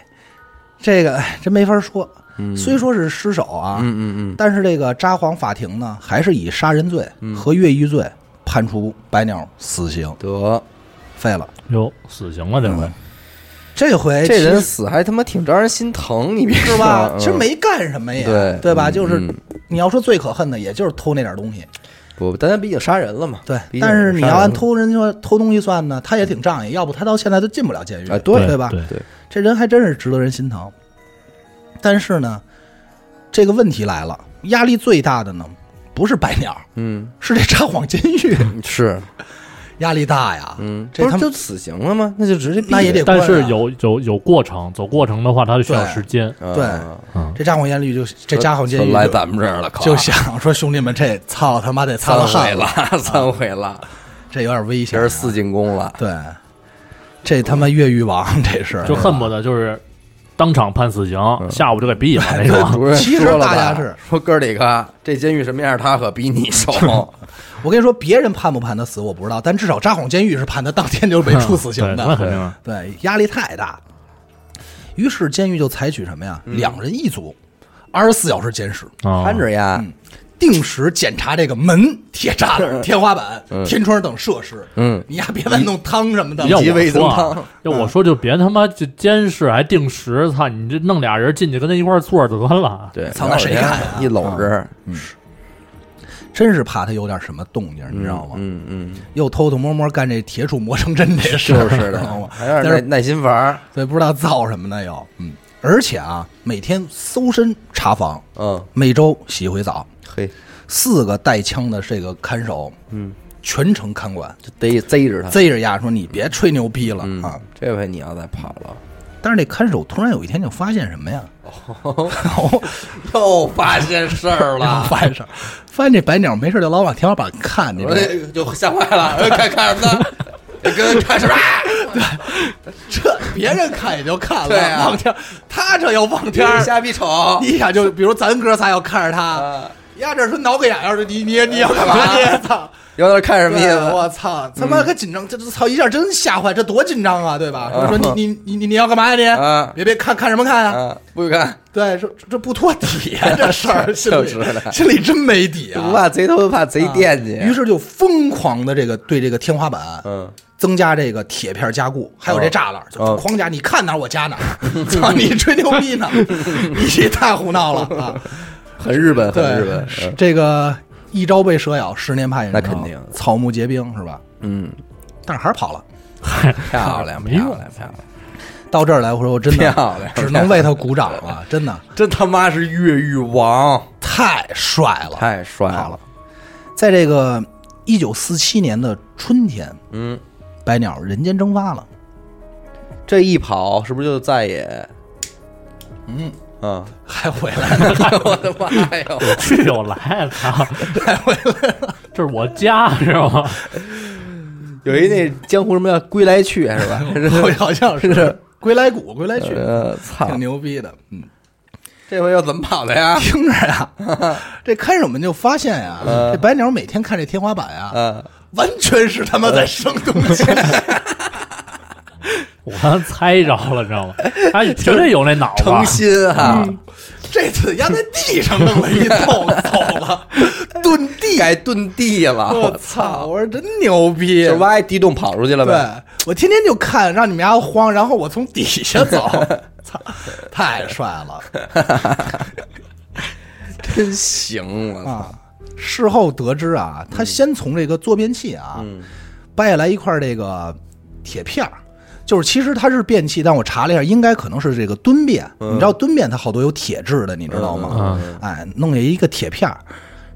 这个哎真没法说。虽说是失手啊，嗯嗯嗯但是这个札幌法庭呢，还是以杀人罪和越狱罪判处白鸟死刑，得，废了。哟，死刑了这回。这回这哎其人实死还他妈挺招人心疼，你别 是说吧？嗯其实没干什么也，对吧？嗯就是嗯你要说最可恨的，也就是偷那点东西。不，但他毕竟杀人了嘛，嗯对毕，竟但是你杀要人按了偷人说偷东西算呢，他也挺仗义，要不他到现在都进不了监狱啊对对吧？对，这人还真是值得人心疼。但是呢，这个问题来了，压力最大的呢，不是白鸟，嗯是这札幌监狱 是压力大呀。嗯，这不他是们就死刑了吗？那就直接那也得关啊但是有有有过程，走过程的话，它就需要对时间。对嗯，这札幌监狱就这札幌监狱就啊来咱们这儿了，靠就想说兄弟们，这操他妈得擦三了回汗了，了， 三回了，这有点危这险啊、是四进宫了， 对，这他妈越狱王，这是就恨不得就是当场判死刑，嗯 下午就给毙了那这种。主任其实说了大家吧是说哥儿几个，这监狱什么样，他可比你 熟。我跟你说，别人判不判他死我不知道，但至少札幌监狱是判他当天就被处死刑对那的。肯定啊。对，压力太大。于是监狱就采取什么呀？两人一组，二十四小时监视， 啊看着呀，嗯定时检查这个门、铁栅栏、天花板、天窗等设施。嗯，你呀，别再弄汤什么的。要急我味增说汤啊，要嗯我说就别他妈就监视还定时，操你这弄俩人进去跟他一块儿坐着得 了。对，操那谁然后看呀啊嗯人一搂着，真是怕他有点什么动静，你知道吗？嗯嗯，又偷偷摸摸干这铁杵磨成针这事就儿，是 知道的，？吗还有点耐耐心玩儿，所以不知道造什么呢又，嗯，而且啊，每天搜身查房，嗯，每周洗一回澡，嘿，四个带枪的这个看守，嗯，全程看管，就逮贼着他。贼着牙说你别吹牛逼了、啊！这回你要再跑了，但是这看守突然有一天就发现什么呀？ 哦 又发现事儿然后。发现事儿，发现这白鸟没事就老往天花板看，你知我道 吗？这哎就吓坏了，哎看看什么呢？跟看 什么？这别人看也就看对啊了，往天，他这要往天儿，瞎逼瞅，你想就比如咱哥仨要看着他，呀，这是挠个痒痒，你你你要干 嘛？你操！有点看 什么意对思？哎我操！他妈可紧张，这这操一下真吓坏，这多紧张啊，对吧？说说你你你你你要干嘛呀你？啊别别看看什么看啊？啊，不许看，对，说这不脱底 呀，这事儿心就里是的心里真没底不啊。怕贼头，怕贼惦记。啊于是就疯狂的这个对这个天花板，嗯，增加这个铁片加固，还有这栅栏，就哦框架，你看哪儿我加哪儿。操，你吹牛逼 呢？你太胡闹了啊！很日本，对，很日本。嗯是这个一朝被蛇咬，十年怕井绳，那肯定草木皆兵是吧？嗯，但是还是跑 了。 漂亮，没用漂亮，漂亮，到这儿来，我说我真的漂亮只能为他鼓掌了，真的真他妈是越狱王，啊太帅了，太帅好了了。。在这个一九四七年的春天，嗯，白鸟人间蒸发了，这一跑是不是就再也？嗯还回来 了，嗯，我的妈呀！去就来，操， 这是我家是吗？有一那江湖什么叫归来去是 吧？好 像是归来谷，归来去，呃，操，挺牛逼的。嗯，这回又怎么跑的 呀？听着 呀，这看守们就发现呀，呃这白鸟每天看这天花板呀，嗯，完全是他妈在生东西。我刚猜着了，你知道吗？ 他绝对有那脑子，啊诚心哈，这次压在地上弄了一洞，走了，遁地改遁地了， 我我操！操！我说真牛逼，就挖一地洞跑出去了对呗。我天天就看，让你们家慌，然后我从底下走，操，太帅了真行，我操！啊！事后得知啊，嗯他先从这个坐便器啊、掰下来一块这个铁片儿。就是其实它是便器，但我查了一下，应该可能是这个蹲便。嗯你知道蹲便它好多有铁质的，你知道吗？哎，弄下一个铁片儿，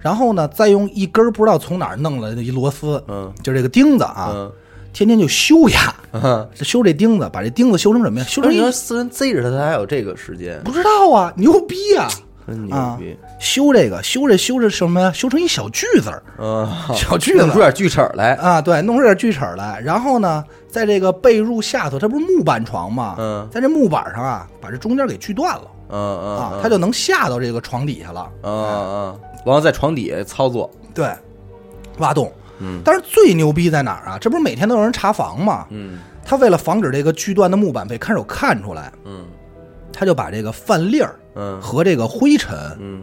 然后呢，再用一根儿不知道从哪儿弄来的一螺丝，嗯，就是这个钉子啊，嗯天天就修呀，嗯，这修这钉子，把这钉子修成什么呀？修不是哎成你一说私人贼着他，他还有这个时间，不知道啊，牛逼啊！真牛啊逼！，修这个，修这修这什么呀？修成一小锯子儿嗯，小锯弄出子点锯齿儿来，啊，对，弄出点锯齿儿来。然后呢，在这个被褥下头，它不是木板床吗？嗯在这木板上啊，把这中间给锯断了嗯嗯啊，嗯它就能下到这个床底下了。嗯嗯，然后在床底下操作，对，挖洞。嗯，但是最牛逼在哪儿啊？这不是每天都有人查房吗？嗯，他为了防止这个锯断的木板被看守看出来，嗯他就把这个饭粒儿，嗯和这个灰尘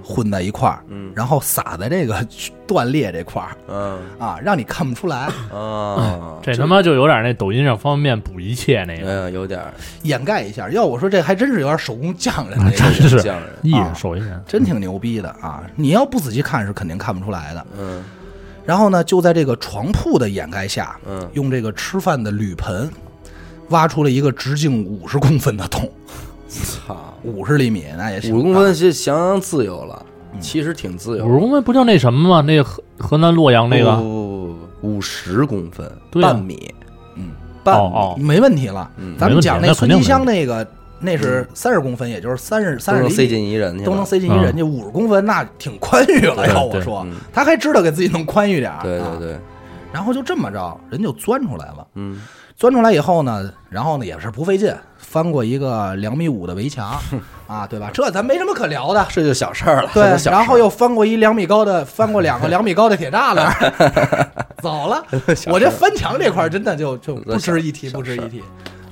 混在一块儿，然后撒在这个 断裂这块儿嗯啊，让你看不 出来，啊，这他妈就有点那抖音上方便面补一切那个，嗯，有点儿掩盖一下。要我说，这还真是有点手工匠啊人那真个，是匠人啊艺人手艺人，真挺牛逼的啊！你要不仔细看是肯定看不出来的。嗯然后呢，就在这个床铺的掩盖下，嗯用这个吃饭的铝盆挖出了一个直径五十公分的洞，操，五十厘米那也行，五公分是相当自由了，其实挺自由五十的。公分不就那什么吗？那个河河南洛阳那不个，不不不，哦五十公分，对啊半米，嗯，半嗯米哦没问题了。咱们没问题讲那那肯孙定金没香问那个，那是三十公分，也就是三十嗯都三十能厘塞米。进一人去了，都能塞进一人嗯家五十公分，那挺宽裕了。对要我对说嗯，他还知道给自己弄宽裕点儿。对啊对对，然后就这么着，人就钻出来了。嗯钻出来以后呢，然后呢也是不费劲，翻过一个两米五的 围墙，啊，对吧？这咱没什么可聊的。这就小事儿了。对这就，小事儿然后又翻过一两米高的，翻过两个 两米高的铁栅栏，走了。我这翻墙这块儿真的就就不值一提，不值一提。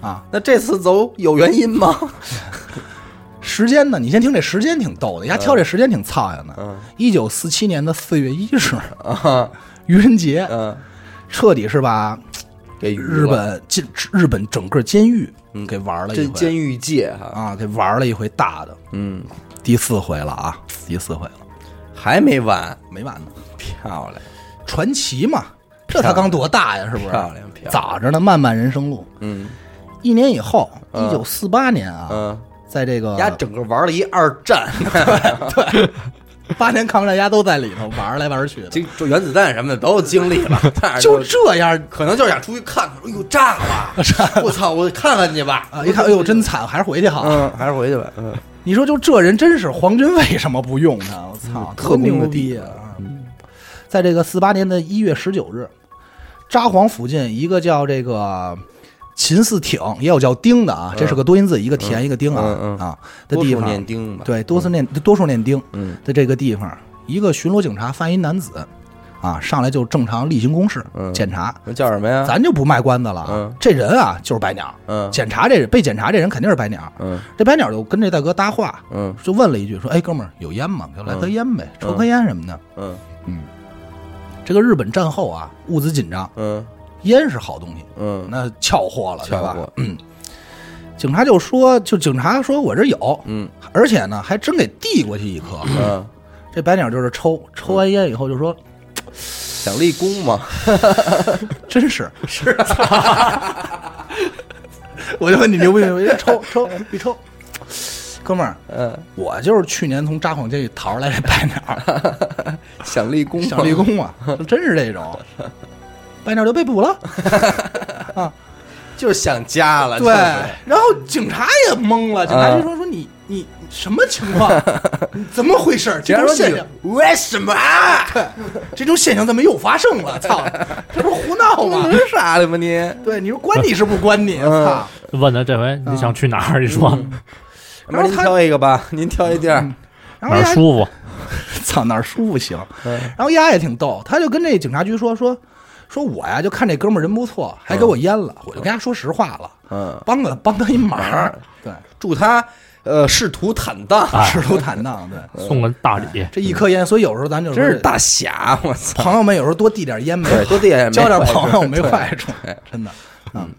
啊，那这次走有原因吗？时间呢？你先听这时间挺嗯逗的，丫挑这时间挺操样的。一九四七年的四月一日，啊，愚人节，嗯，彻底是把给娱日乐本啊进日本整个监狱给玩了一这回，监狱界哈，啊，给玩了一回大的，嗯，第四回了啊，第四回了，还没完，没完呢，漂亮，传奇嘛，这才刚多大呀，是不是？漂亮漂亮咋着呢？漫漫人生路，嗯一年以后，一九四八年啊，嗯，在这个丫整个玩了一二 战，八年抗战，丫都在里头玩来玩去的，经就原子弹什么的都经 历了，但是就这样可能就是想出去看看，哎呦炸 了，我操，我看看去吧，啊！一看，哎呦，真惨，还是回去好。 嗯，还是回去吧，嗯，你说就这人真是皇军为什么不用他？我操，特多工的牛逼啊！在这个四八年的一月十九日，札幌附近一个叫这个秦四挺，也有叫丁的啊，这是个多音字，一个田一个丁啊嗯嗯嗯啊的多地数方，念丁吧，对，多数念多数念丁嗯的这个地方，一个巡逻警察犯一男子，啊，上来就正常例行公事嗯检查，那叫什么呀？咱就不卖关子了啊，嗯这人啊就是白鸟，嗯检查这人被检查这人肯定是白鸟，嗯这白鸟就跟这大哥搭话，嗯就问了一句说：“哎，哥们儿，有烟吗？给我来根烟呗，抽根烟什么的。嗯”这个日本战后啊，物资紧张，嗯烟是好东西，嗯，那俏货了，对巧吧？过，警察就说，就警察说我这有，嗯而且呢还真给递过去一颗。 嗯，这白鸟就是抽，抽完烟以后就说：“想立功嘛，真 是是、啊 我就问你牛不牛逼？抽抽一抽，哥们儿，嗯，我就是去年从札幌监狱逃出来这白 鸟，想立功嘛，想立 功嘛，就真是这种，白鸟就被捕了。就是想家了，对就是，然后警察也懵了，警察嗯就说说你你什么情况？ 你怎么 回事儿？这警察说种现象，你为什么？啊 对，这种现象怎么又发生了？操，这不是胡闹吗你？是傻的吗你？ 对，你说关你是不关你？嗯操！问他这回你想去哪儿？你说要不 然您挑一个吧， 您挑一地儿，然哪后儿丫舒服？ 操哪儿舒服行。嗯然后丫也挺逗，他就跟这警察局说说说我呀，就看这哥们儿人不错，还给我淹了，我就跟他说实话了，嗯，帮了帮他一忙儿，对，祝他呃仕途坦荡，仕途坦荡，对，送个大礼，这一颗烟，所以有时候咱就真说是大侠，我操！朋友们有时候多递点烟 没对，多递点烟没交点坏处朋友没对坏处，真的。嗯，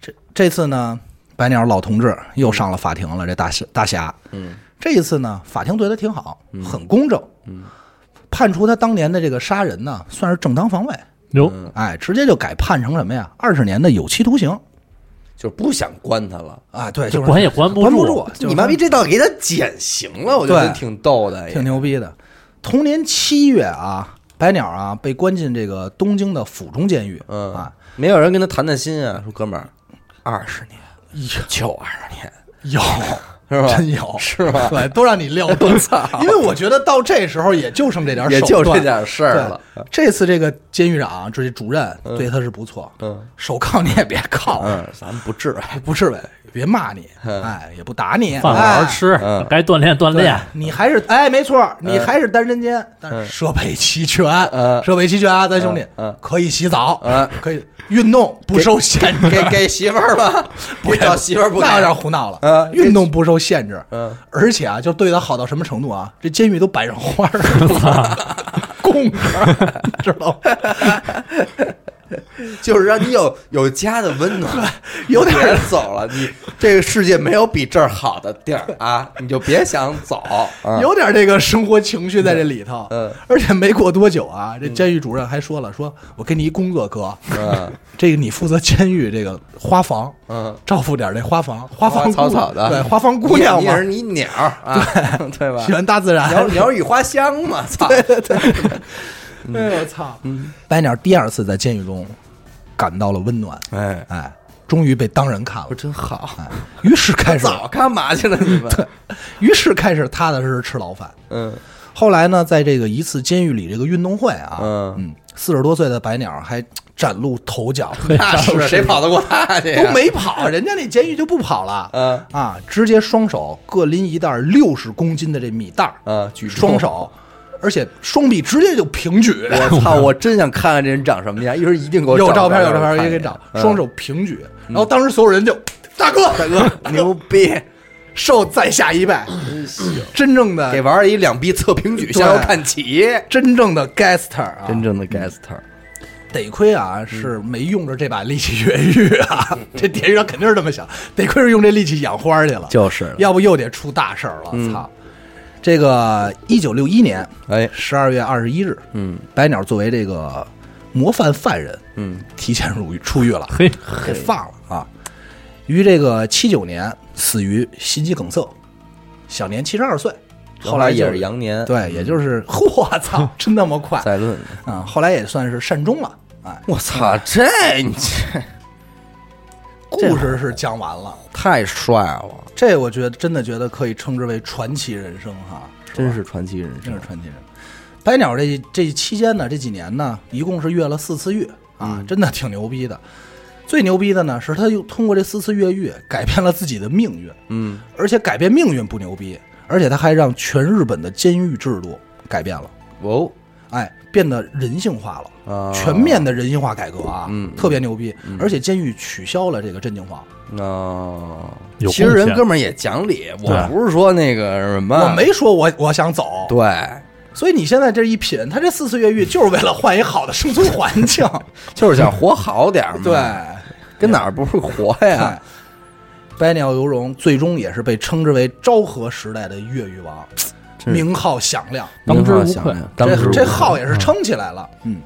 这这次呢，白鸟老同志又上了法庭了，这大侠大侠。嗯，这一次呢，法庭对他挺好，很公正。嗯，判处他当年的这个杀人呢，算是正当防卫。哟，嗯哎，直接就改判成什么呀？二十年的有期徒刑。就是不想关他了。啊，对，就是管也管不不住住，就是你妈逼，这道给他减刑了，我觉得对挺逗的，挺牛逼的。同年七月啊，白鸟啊被关进这个东京的府中监狱。嗯啊，没有人跟他谈谈心啊，说哥们儿，二十年就二十年， 有，是吧真有，是吧 对，都让你撂 断因为我觉得到这时候也就剩这点也手就段这点事儿了。对这次这个监狱长啊这主任对他是不错，嗯，手铐你也别铐，嗯，咱们不至于，不是呗？别骂你，哎，也不打你，饭好好吃嗯，该锻炼锻哎。对炼。，你还是哎，没错，你还是单身间，但是设备齐全，嗯设备齐全啊，咱兄弟嗯嗯，可以洗澡嗯，可以运动，不受限制，给给媳妇儿吧， 不不找媳妇儿不给那有点胡闹了。嗯运动不受限制，嗯，而且啊，就对他好到什么程度啊？这监狱都摆上花 儿 了，供着，知道吗？ 就是让你有有家的温暖，有点别走了，你这个世界没有比这儿好的地儿啊， 你就别想走，啊有点这个生活情绪在这里头。嗯，而且没过多久啊，这监狱主任还说了，说我给你一工作，哥，嗯这个你负责监狱这个花房，嗯，照顾点这花房，花房姑草草的，对，花房姑 娘你嘛也，是你鸟儿 啊，对吧？喜欢大自 鸟 然。鸟语花香嘛，操！哎呦我操！白鸟第二次在监狱中感到了温暖，哎，哎，终于被当人看了，真好，哎，于是开始，早干嘛去了你们？于是开始踏踏实实吃牢饭。嗯后来呢，在这个一次监狱里这个运动会啊，嗯嗯，四十多岁的白鸟还崭露头角， 那是啊谁跑得过他去呀？都没跑，人家那监狱就不跑了，啊嗯啊，直接双手各拎一袋六十公斤的这米袋儿，嗯举重双手，而且双臂直接就平举， 我操！我真想看看这人长什么样，一会儿一定给我有照照片有照让我片，看也给一找，眼嗯双手平举，然后当时所有人就大哥大哥嗯 牛逼，受在下一拜，真正的哎给玩儿一两臂侧平举，对向右看齐，真正的 gaster 啊，正的 gangster。得亏啊是没用着这把力气越狱啊，这典狱长肯定是这么想，得亏是用这力气养花去了，就是要不又得出大事儿了，操！这个一九六一年哎，十二月二十一日，嗯，白鸟作为这个模范犯人，嗯，提前入狱出狱了，嘿，给放了啊。于这个七九年死于心肌梗塞，享年七十二岁。后来就也是羊年，，对，也就是 我操，真那么 快再论。啊！后来也算是善终了。哎，我操，这你这故事是讲完了， 太帅了，这我觉得真的觉得可以称之为传奇人生哈，真是传奇人真是生。传奇人。白鸟这这期间呢，这几年呢，一共是越了四次狱啊，嗯真的挺牛逼的。最牛逼的呢，是他又通过这四次越狱改变了自己的命运，嗯，而且改变命运不牛逼，而且他还让全日本的监狱制度改变了，哦哎，变得人性化了。啊，全面的人性化改革啊，嗯特别牛逼。而且监狱取消了这个镇静化，啊。有其实贡人献哥们儿也讲理，我对不是说那个什么，我没说我我想走，对， 所以你现在这一品，他这四次越狱就是为了换一好的生存环境，就是想活好点 儿嘛。对。，跟哪儿不是活呀？百鸟游荣最终也是被称之为昭和时代的越狱王，真是名号响亮， 当之无您好想愧想当之这无愧这号也是撑起来了。嗯，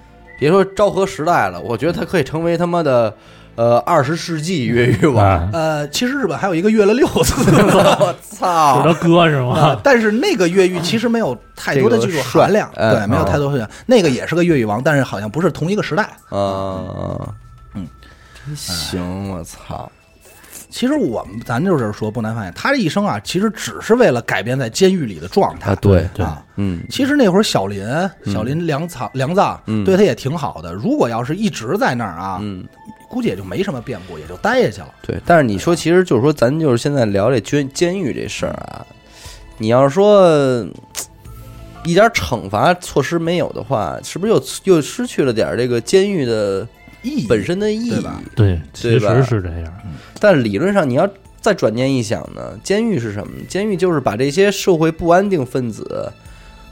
别说昭和时代了，我觉得他可以成为他妈的呃二十世纪越狱王。 啊，呃，其实日本还有一个越了六 次我是操！他哥是啊吗？，但是那个越狱其实没有太多的技术含量，这个帅嗯对，没有太多含量。那个也是个越狱王，但是好像不是同一个时代。啊，嗯，行，我操！其实我们咱就是说不难发现，他这一生啊，其实只是为了改变在监狱里的状态。啊，对，对啊，嗯，其实那会儿小林、小林良藏、良藏对他也挺好的。如果要是一直在那儿啊，嗯估计也就没什么变故，也就待下去了。对。但是你啊说，其实就是说，咱就是现在聊这监监狱这事儿啊，你要是说嗯一点惩罚措施没有的话，是不是又又失去了点儿这个监狱的意义本身的意对义？吧对，其对吧实是这样，但理论上，你要再转念一想呢，监狱是什么呢？监狱就是把这些社会不安定分子，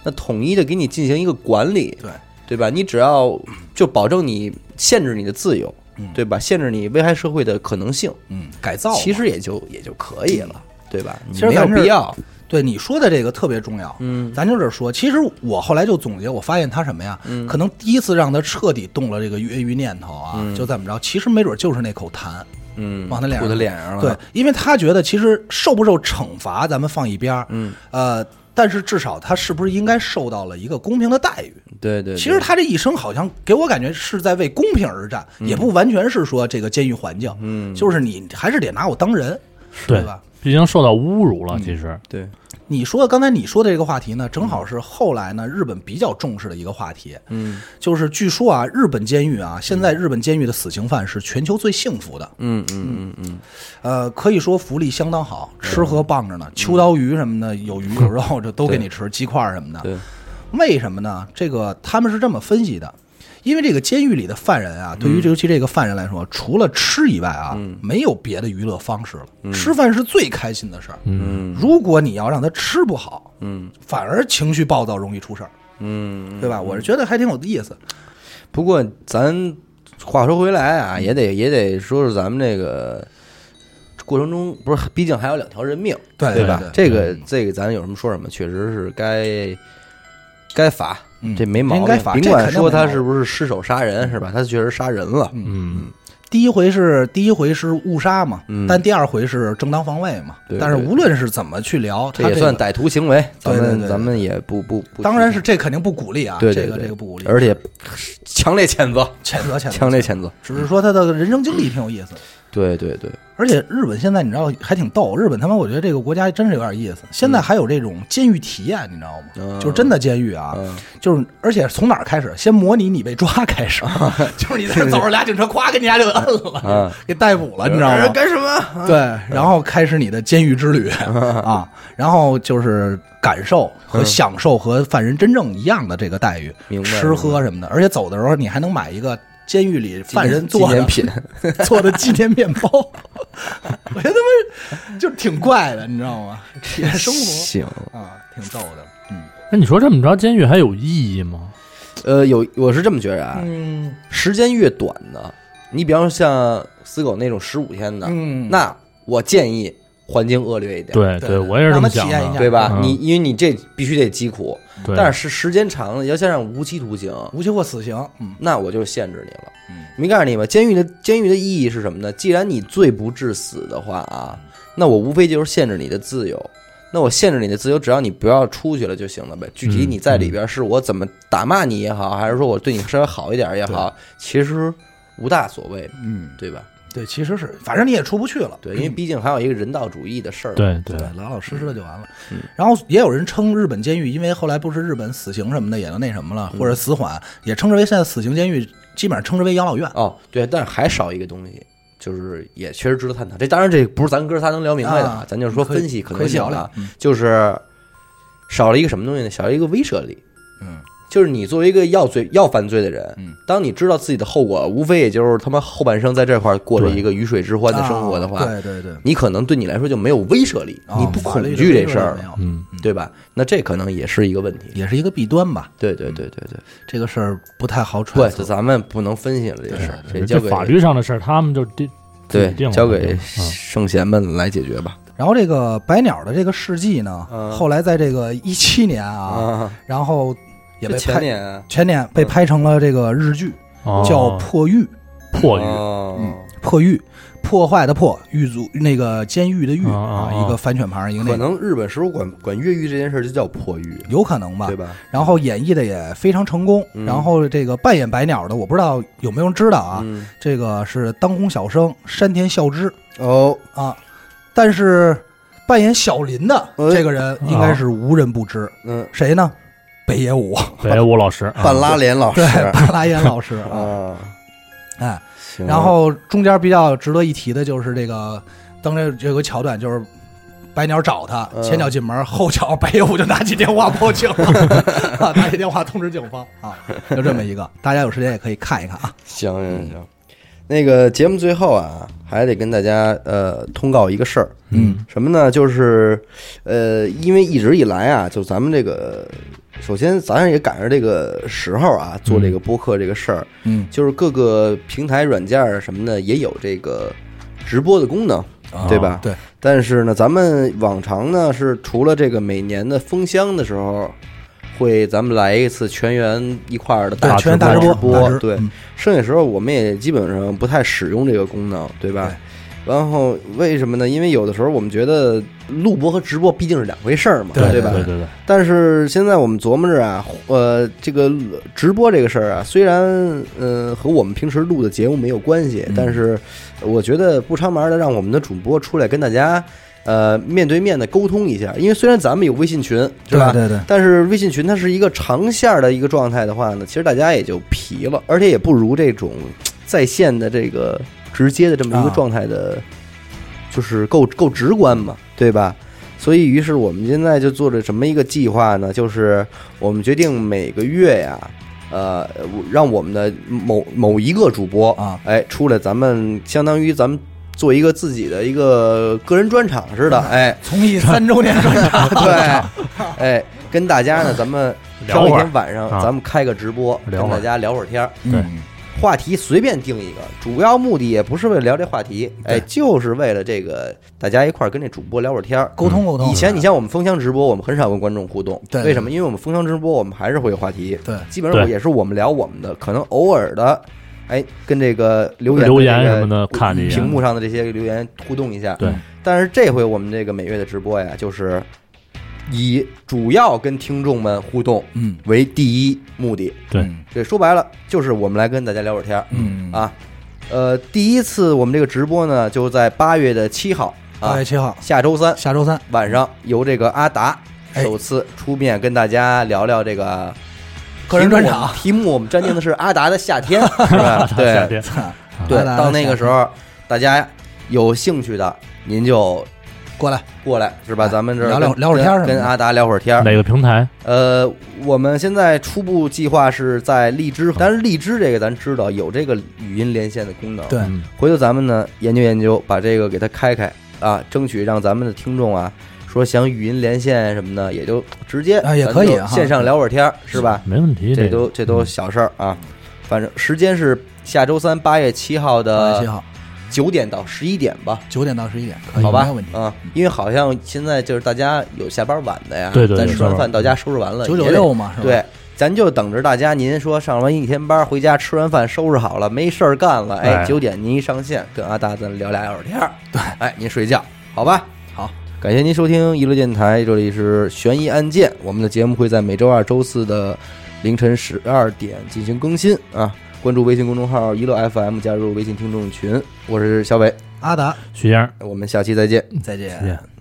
那统一的给你进行一个管理，对对吧？你只要就保证你限制你的自由，对吧？限制你危害社会的可能性，嗯，改造嘛其实也就也就可以了，对吧？其实没有咱这必要，对你说的这个特别重要。嗯，咱就是说，其实我后来就总结，我发现他什么呀？嗯可能第一次让他彻底动了这个越狱念头啊，就怎么着？其实没准就是那口痰嗯，往他脸吐上他脸上了，对，因为他觉得其实受不受惩罚咱们放一边儿，嗯，呃，但是至少他是不是应该受到了一个公平的待遇？对对对，其实他这一生好像给我感觉是在为公平而战，嗯也不完全是说这个监狱环境，嗯，就是你还是得拿我当人，对对吧？毕竟受到侮辱了，其实对，你说刚才你说的这个话题呢，正好是后来呢日本比较重视的一个话题，嗯，就是据说啊，日本监狱啊，现在日本监狱的死刑犯是全球最幸福的，嗯嗯嗯嗯，呃，可以说福利相当好，吃喝棒着嗯呢，秋刀鱼什么的有 鱼有肉，这都给你吃，鸡块什么的，对，为什么呢？这个他们是这么分析的，因为这个监狱里的犯人啊，嗯对于尤其这个犯人来说，除了吃以外啊，没有别的娱乐方式了。嗯吃饭是最开心的事儿。嗯，如果你要让他吃不好，嗯，反而情绪暴躁，容易出事儿。嗯，对吧？我是觉得还挺有意思。不过咱话说回来啊，也得也得说说咱们这个过程中，不是，毕竟还有两条人命，对嗯对吧？对这个这个咱有什么说什么，确实是该该罚，嗯这没毛病。应该罚甭这管肯定说没毛他病是不是失手杀人，是吧？他确实杀人了，嗯，第一回是第一回是误杀嘛，嗯但第二回是正当防卫嘛。对但是对无论是怎么去聊，这他也个算歹徒行为，咱对对们对咱们也不不不，当然是这肯定不鼓励啊，对对这个对这个不鼓励，而且强烈谴责，谴责谴责强烈谴责。只是说他的人生经历挺有意思。对对对，而且日本现在你知道还挺逗，日本他妈我觉得这个国家还真是有点意思。现在还有这种监狱体验，你知道吗？嗯就是真的监狱啊，嗯就是而且从哪儿开始？先模拟你被抓开始，啊 就是你在那儿走着俩警车，咵给你俩就摁了，嗯给逮捕了，你知道吗？干什么？啊对，然后开始你的监狱 之旅啊，然后就是感受和享受和犯人真正一样的这个待遇，嗯明白吃喝什么的，而且走的时候你还能买一个监狱里犯人纪做的念品，做的纪念面包， 我觉得他们就挺怪的，你知 道吗？体验 生活行。啊，挺逗的。那你说这么着，监狱还有意义吗？呃，有我是这么觉着啊，嗯时间越短的，你比方像死狗那种十五天的，嗯那我建议环境恶劣一点，对对对，我也是这让他么体想验一的，下对吧？嗯你因为你这必须得疾苦，对但是时间长了，要加上无期徒刑，无期或死刑，嗯，那我就限制你了。嗯没告诉你吗？监狱的监狱的意义是什么呢？既然你罪不至死的话啊，嗯那我无非就是限制你的自由。那我限制你的自由，只要你不要出去了就行了呗。具体嗯你在里边是我怎么打骂你也好，还是说我对你稍微好一点也好，其实无大所谓，嗯，对吧？对，其实是，反正你也出不去了，嗯对，因为毕竟还有一个人道主义的事儿。，对对对，老老实实的就完了。嗯然后也有人称日本监狱，因为后来不是日本死刑什么的也都那什么了，嗯或者死缓，也称之为现在死刑监狱，基本上称之为养老院。哦，对，但是还少一个东西，就是也确实值得探讨。这当然这不是咱哥仨能聊明白的，啊咱就是说可以分析可以能性聊聊啊，就是少了一个什么东西呢？少了一个威慑力。嗯，就是你作为一个要罪要犯罪的人，嗯，当你知道自己的后果，无非也就是他妈后半生在这块儿过着一个鱼水之欢的生活的话，啊对对对，你可能对你来说就没有威慑力，啊你不恐惧这事儿，了，法律的规定没有嗯，对吧？那这可能也是一个问题。也是一个弊端吧。对对对对对，这个事儿不太好揣对，测就。咱们不能分析了这事儿，这交这给法律上的事儿，他们就定对自己定了交给嗯圣贤们来解决吧。然后这个白鸟的这个事迹呢，嗯后来在这个一七年啊，，然后也这被前拍年啊前年被拍成了这个日剧，哦叫《破狱》。破狱，哦破狱，破坏的破，狱卒那个监狱的狱哦啊哦，哦一个反犬旁，一个那可个，能日本时候管管越狱这件事儿就叫破狱，啊有可能吧对。吧？然后演绎的也非常成功。嗯然后这个扮演白鸟的，我不知道有没有人知道啊，嗯，这个是当红小生山田孝之哦，啊，但是扮演小林的哎这个人应该是无人不知，嗯，谁呢？北野 武，北武老师，啊半拉脸老师对，巴拉岩老师啊，啊，嗯哎。行然后中间比较值得一提的就是这个，当时有个桥段就是。白鸟找他，嗯前脚进门，后脚白野武就拿起电话报警了， 啊，拿起电话通知警方啊，就这么一个，大家有时间也可以看一看啊。行行行，那个节目最后啊，还得跟大家呃通告一个事儿，嗯什么呢？就是呃，因为一直以来啊，就咱们这个，首先咱也赶上这个时候啊，做这个播客这个事儿，嗯就是各个平台软件儿什么的也有这个直播的功能，对吧？嗯啊对。但是呢，咱们往常呢是除了这个每年的封箱的时候，会咱们来一次全员一块儿的对，全员大直直播，大播，直对。嗯剩下时候我们也基本上不太使用这个功能，对吧？然后为什么呢？因为有的时候我们觉得录播和直播毕竟是两回事儿嘛，对吧？对对对，但是现在我们琢磨着啊，呃，这个直播这个事儿啊，虽然呃和我们平时录的节目没有关系，但是我觉得不常忙的让我们的主播出来跟大家呃面对面的沟通一下，因为虽然咱们有微信群，对吧？ 对对，但是微信群它是一个长线儿的一个状态的话呢，其实大家也就疲了，而且也不如这种在线的这个直接的这么一个啊状态的，就是够够直观嘛，对吧？所以，于是我们现在就做着什么一个计划呢？就是我们决定每个月呀，呃，让我们的某某一个主播啊，哎，出来，咱们相当于咱们做一个自己的一个个人专场似啊的，哎，从艺三周年专场， 对，哎，跟大家呢，咱们聊挑一会儿天晚上，啊咱们开个直播，聊跟会儿大家聊会儿天儿。对嗯话题随便定一个，主要目的也不是为了聊这话题，哎，就是为了这个大家一块儿跟这主播聊会儿天儿。沟通沟通。以前你像我们封箱直播，我们很少跟观众互动，对为什么？因为我们封箱直播，我们还是会有话题，对基本上对也是我们聊我们的，可能偶尔的，哎，跟这个留言的留言这个什么的看一眼屏幕上的这些留言互动一下，对。但是这回我们这个每月的直播呀，就是以主要跟听众们互动嗯为第一目的。对 嗯这说白了，就是我们来跟大家聊会儿天儿嗯啊。呃，第一次我们这个直播呢，就在八月的七号啊八月，七号，下周三下周三晚上，由这个阿达哎首次出面跟大家聊聊这个个人专场题目我们题目我们占定的是阿达的夏 天，是吧？对，夏天对，阿达的到那个夏时候，大家有兴趣的，您就 过来，过来，是吧？哎咱们这儿聊聊跟聊会儿天儿什么的跟阿达聊会儿天哪儿。个平台？呃，我们现在初步计划是在荔枝，但是荔枝这个咱知道有这个语音连线的功能。对，嗯回头咱们呢研究研究，把这个给它开开啊，争取让咱们的听众啊，说想语音连线什么的，也就直接啊也咱可以就哈嗯线上聊会儿天儿，是吧？没问题，这个嗯都这都小事儿啊，反正时间是下周三八月七号八月七的号，九点到十一点吧，九点到十一点，可以好吧？没有问题。啊，因为好像现在就是大家有下班晚的呀，对对对咱吃完饭到家收拾完了，九九也得六嘛，是吧？对，咱就等着大家，您说上完一天班回家吃完饭收拾好了，没事儿干了，哎，哎九点您一上线，跟阿达咱聊俩小时天儿，对，哎，您睡觉，好吧？好，感谢您收听娱乐电台，这里是悬疑案件，我们的节目会在每周二、周四的凌晨十二点进行更新啊。关注微信公众号“娱乐 FM”，加入微信听众群。我是小伟，阿达，徐先生，我们下期再见。再见再见。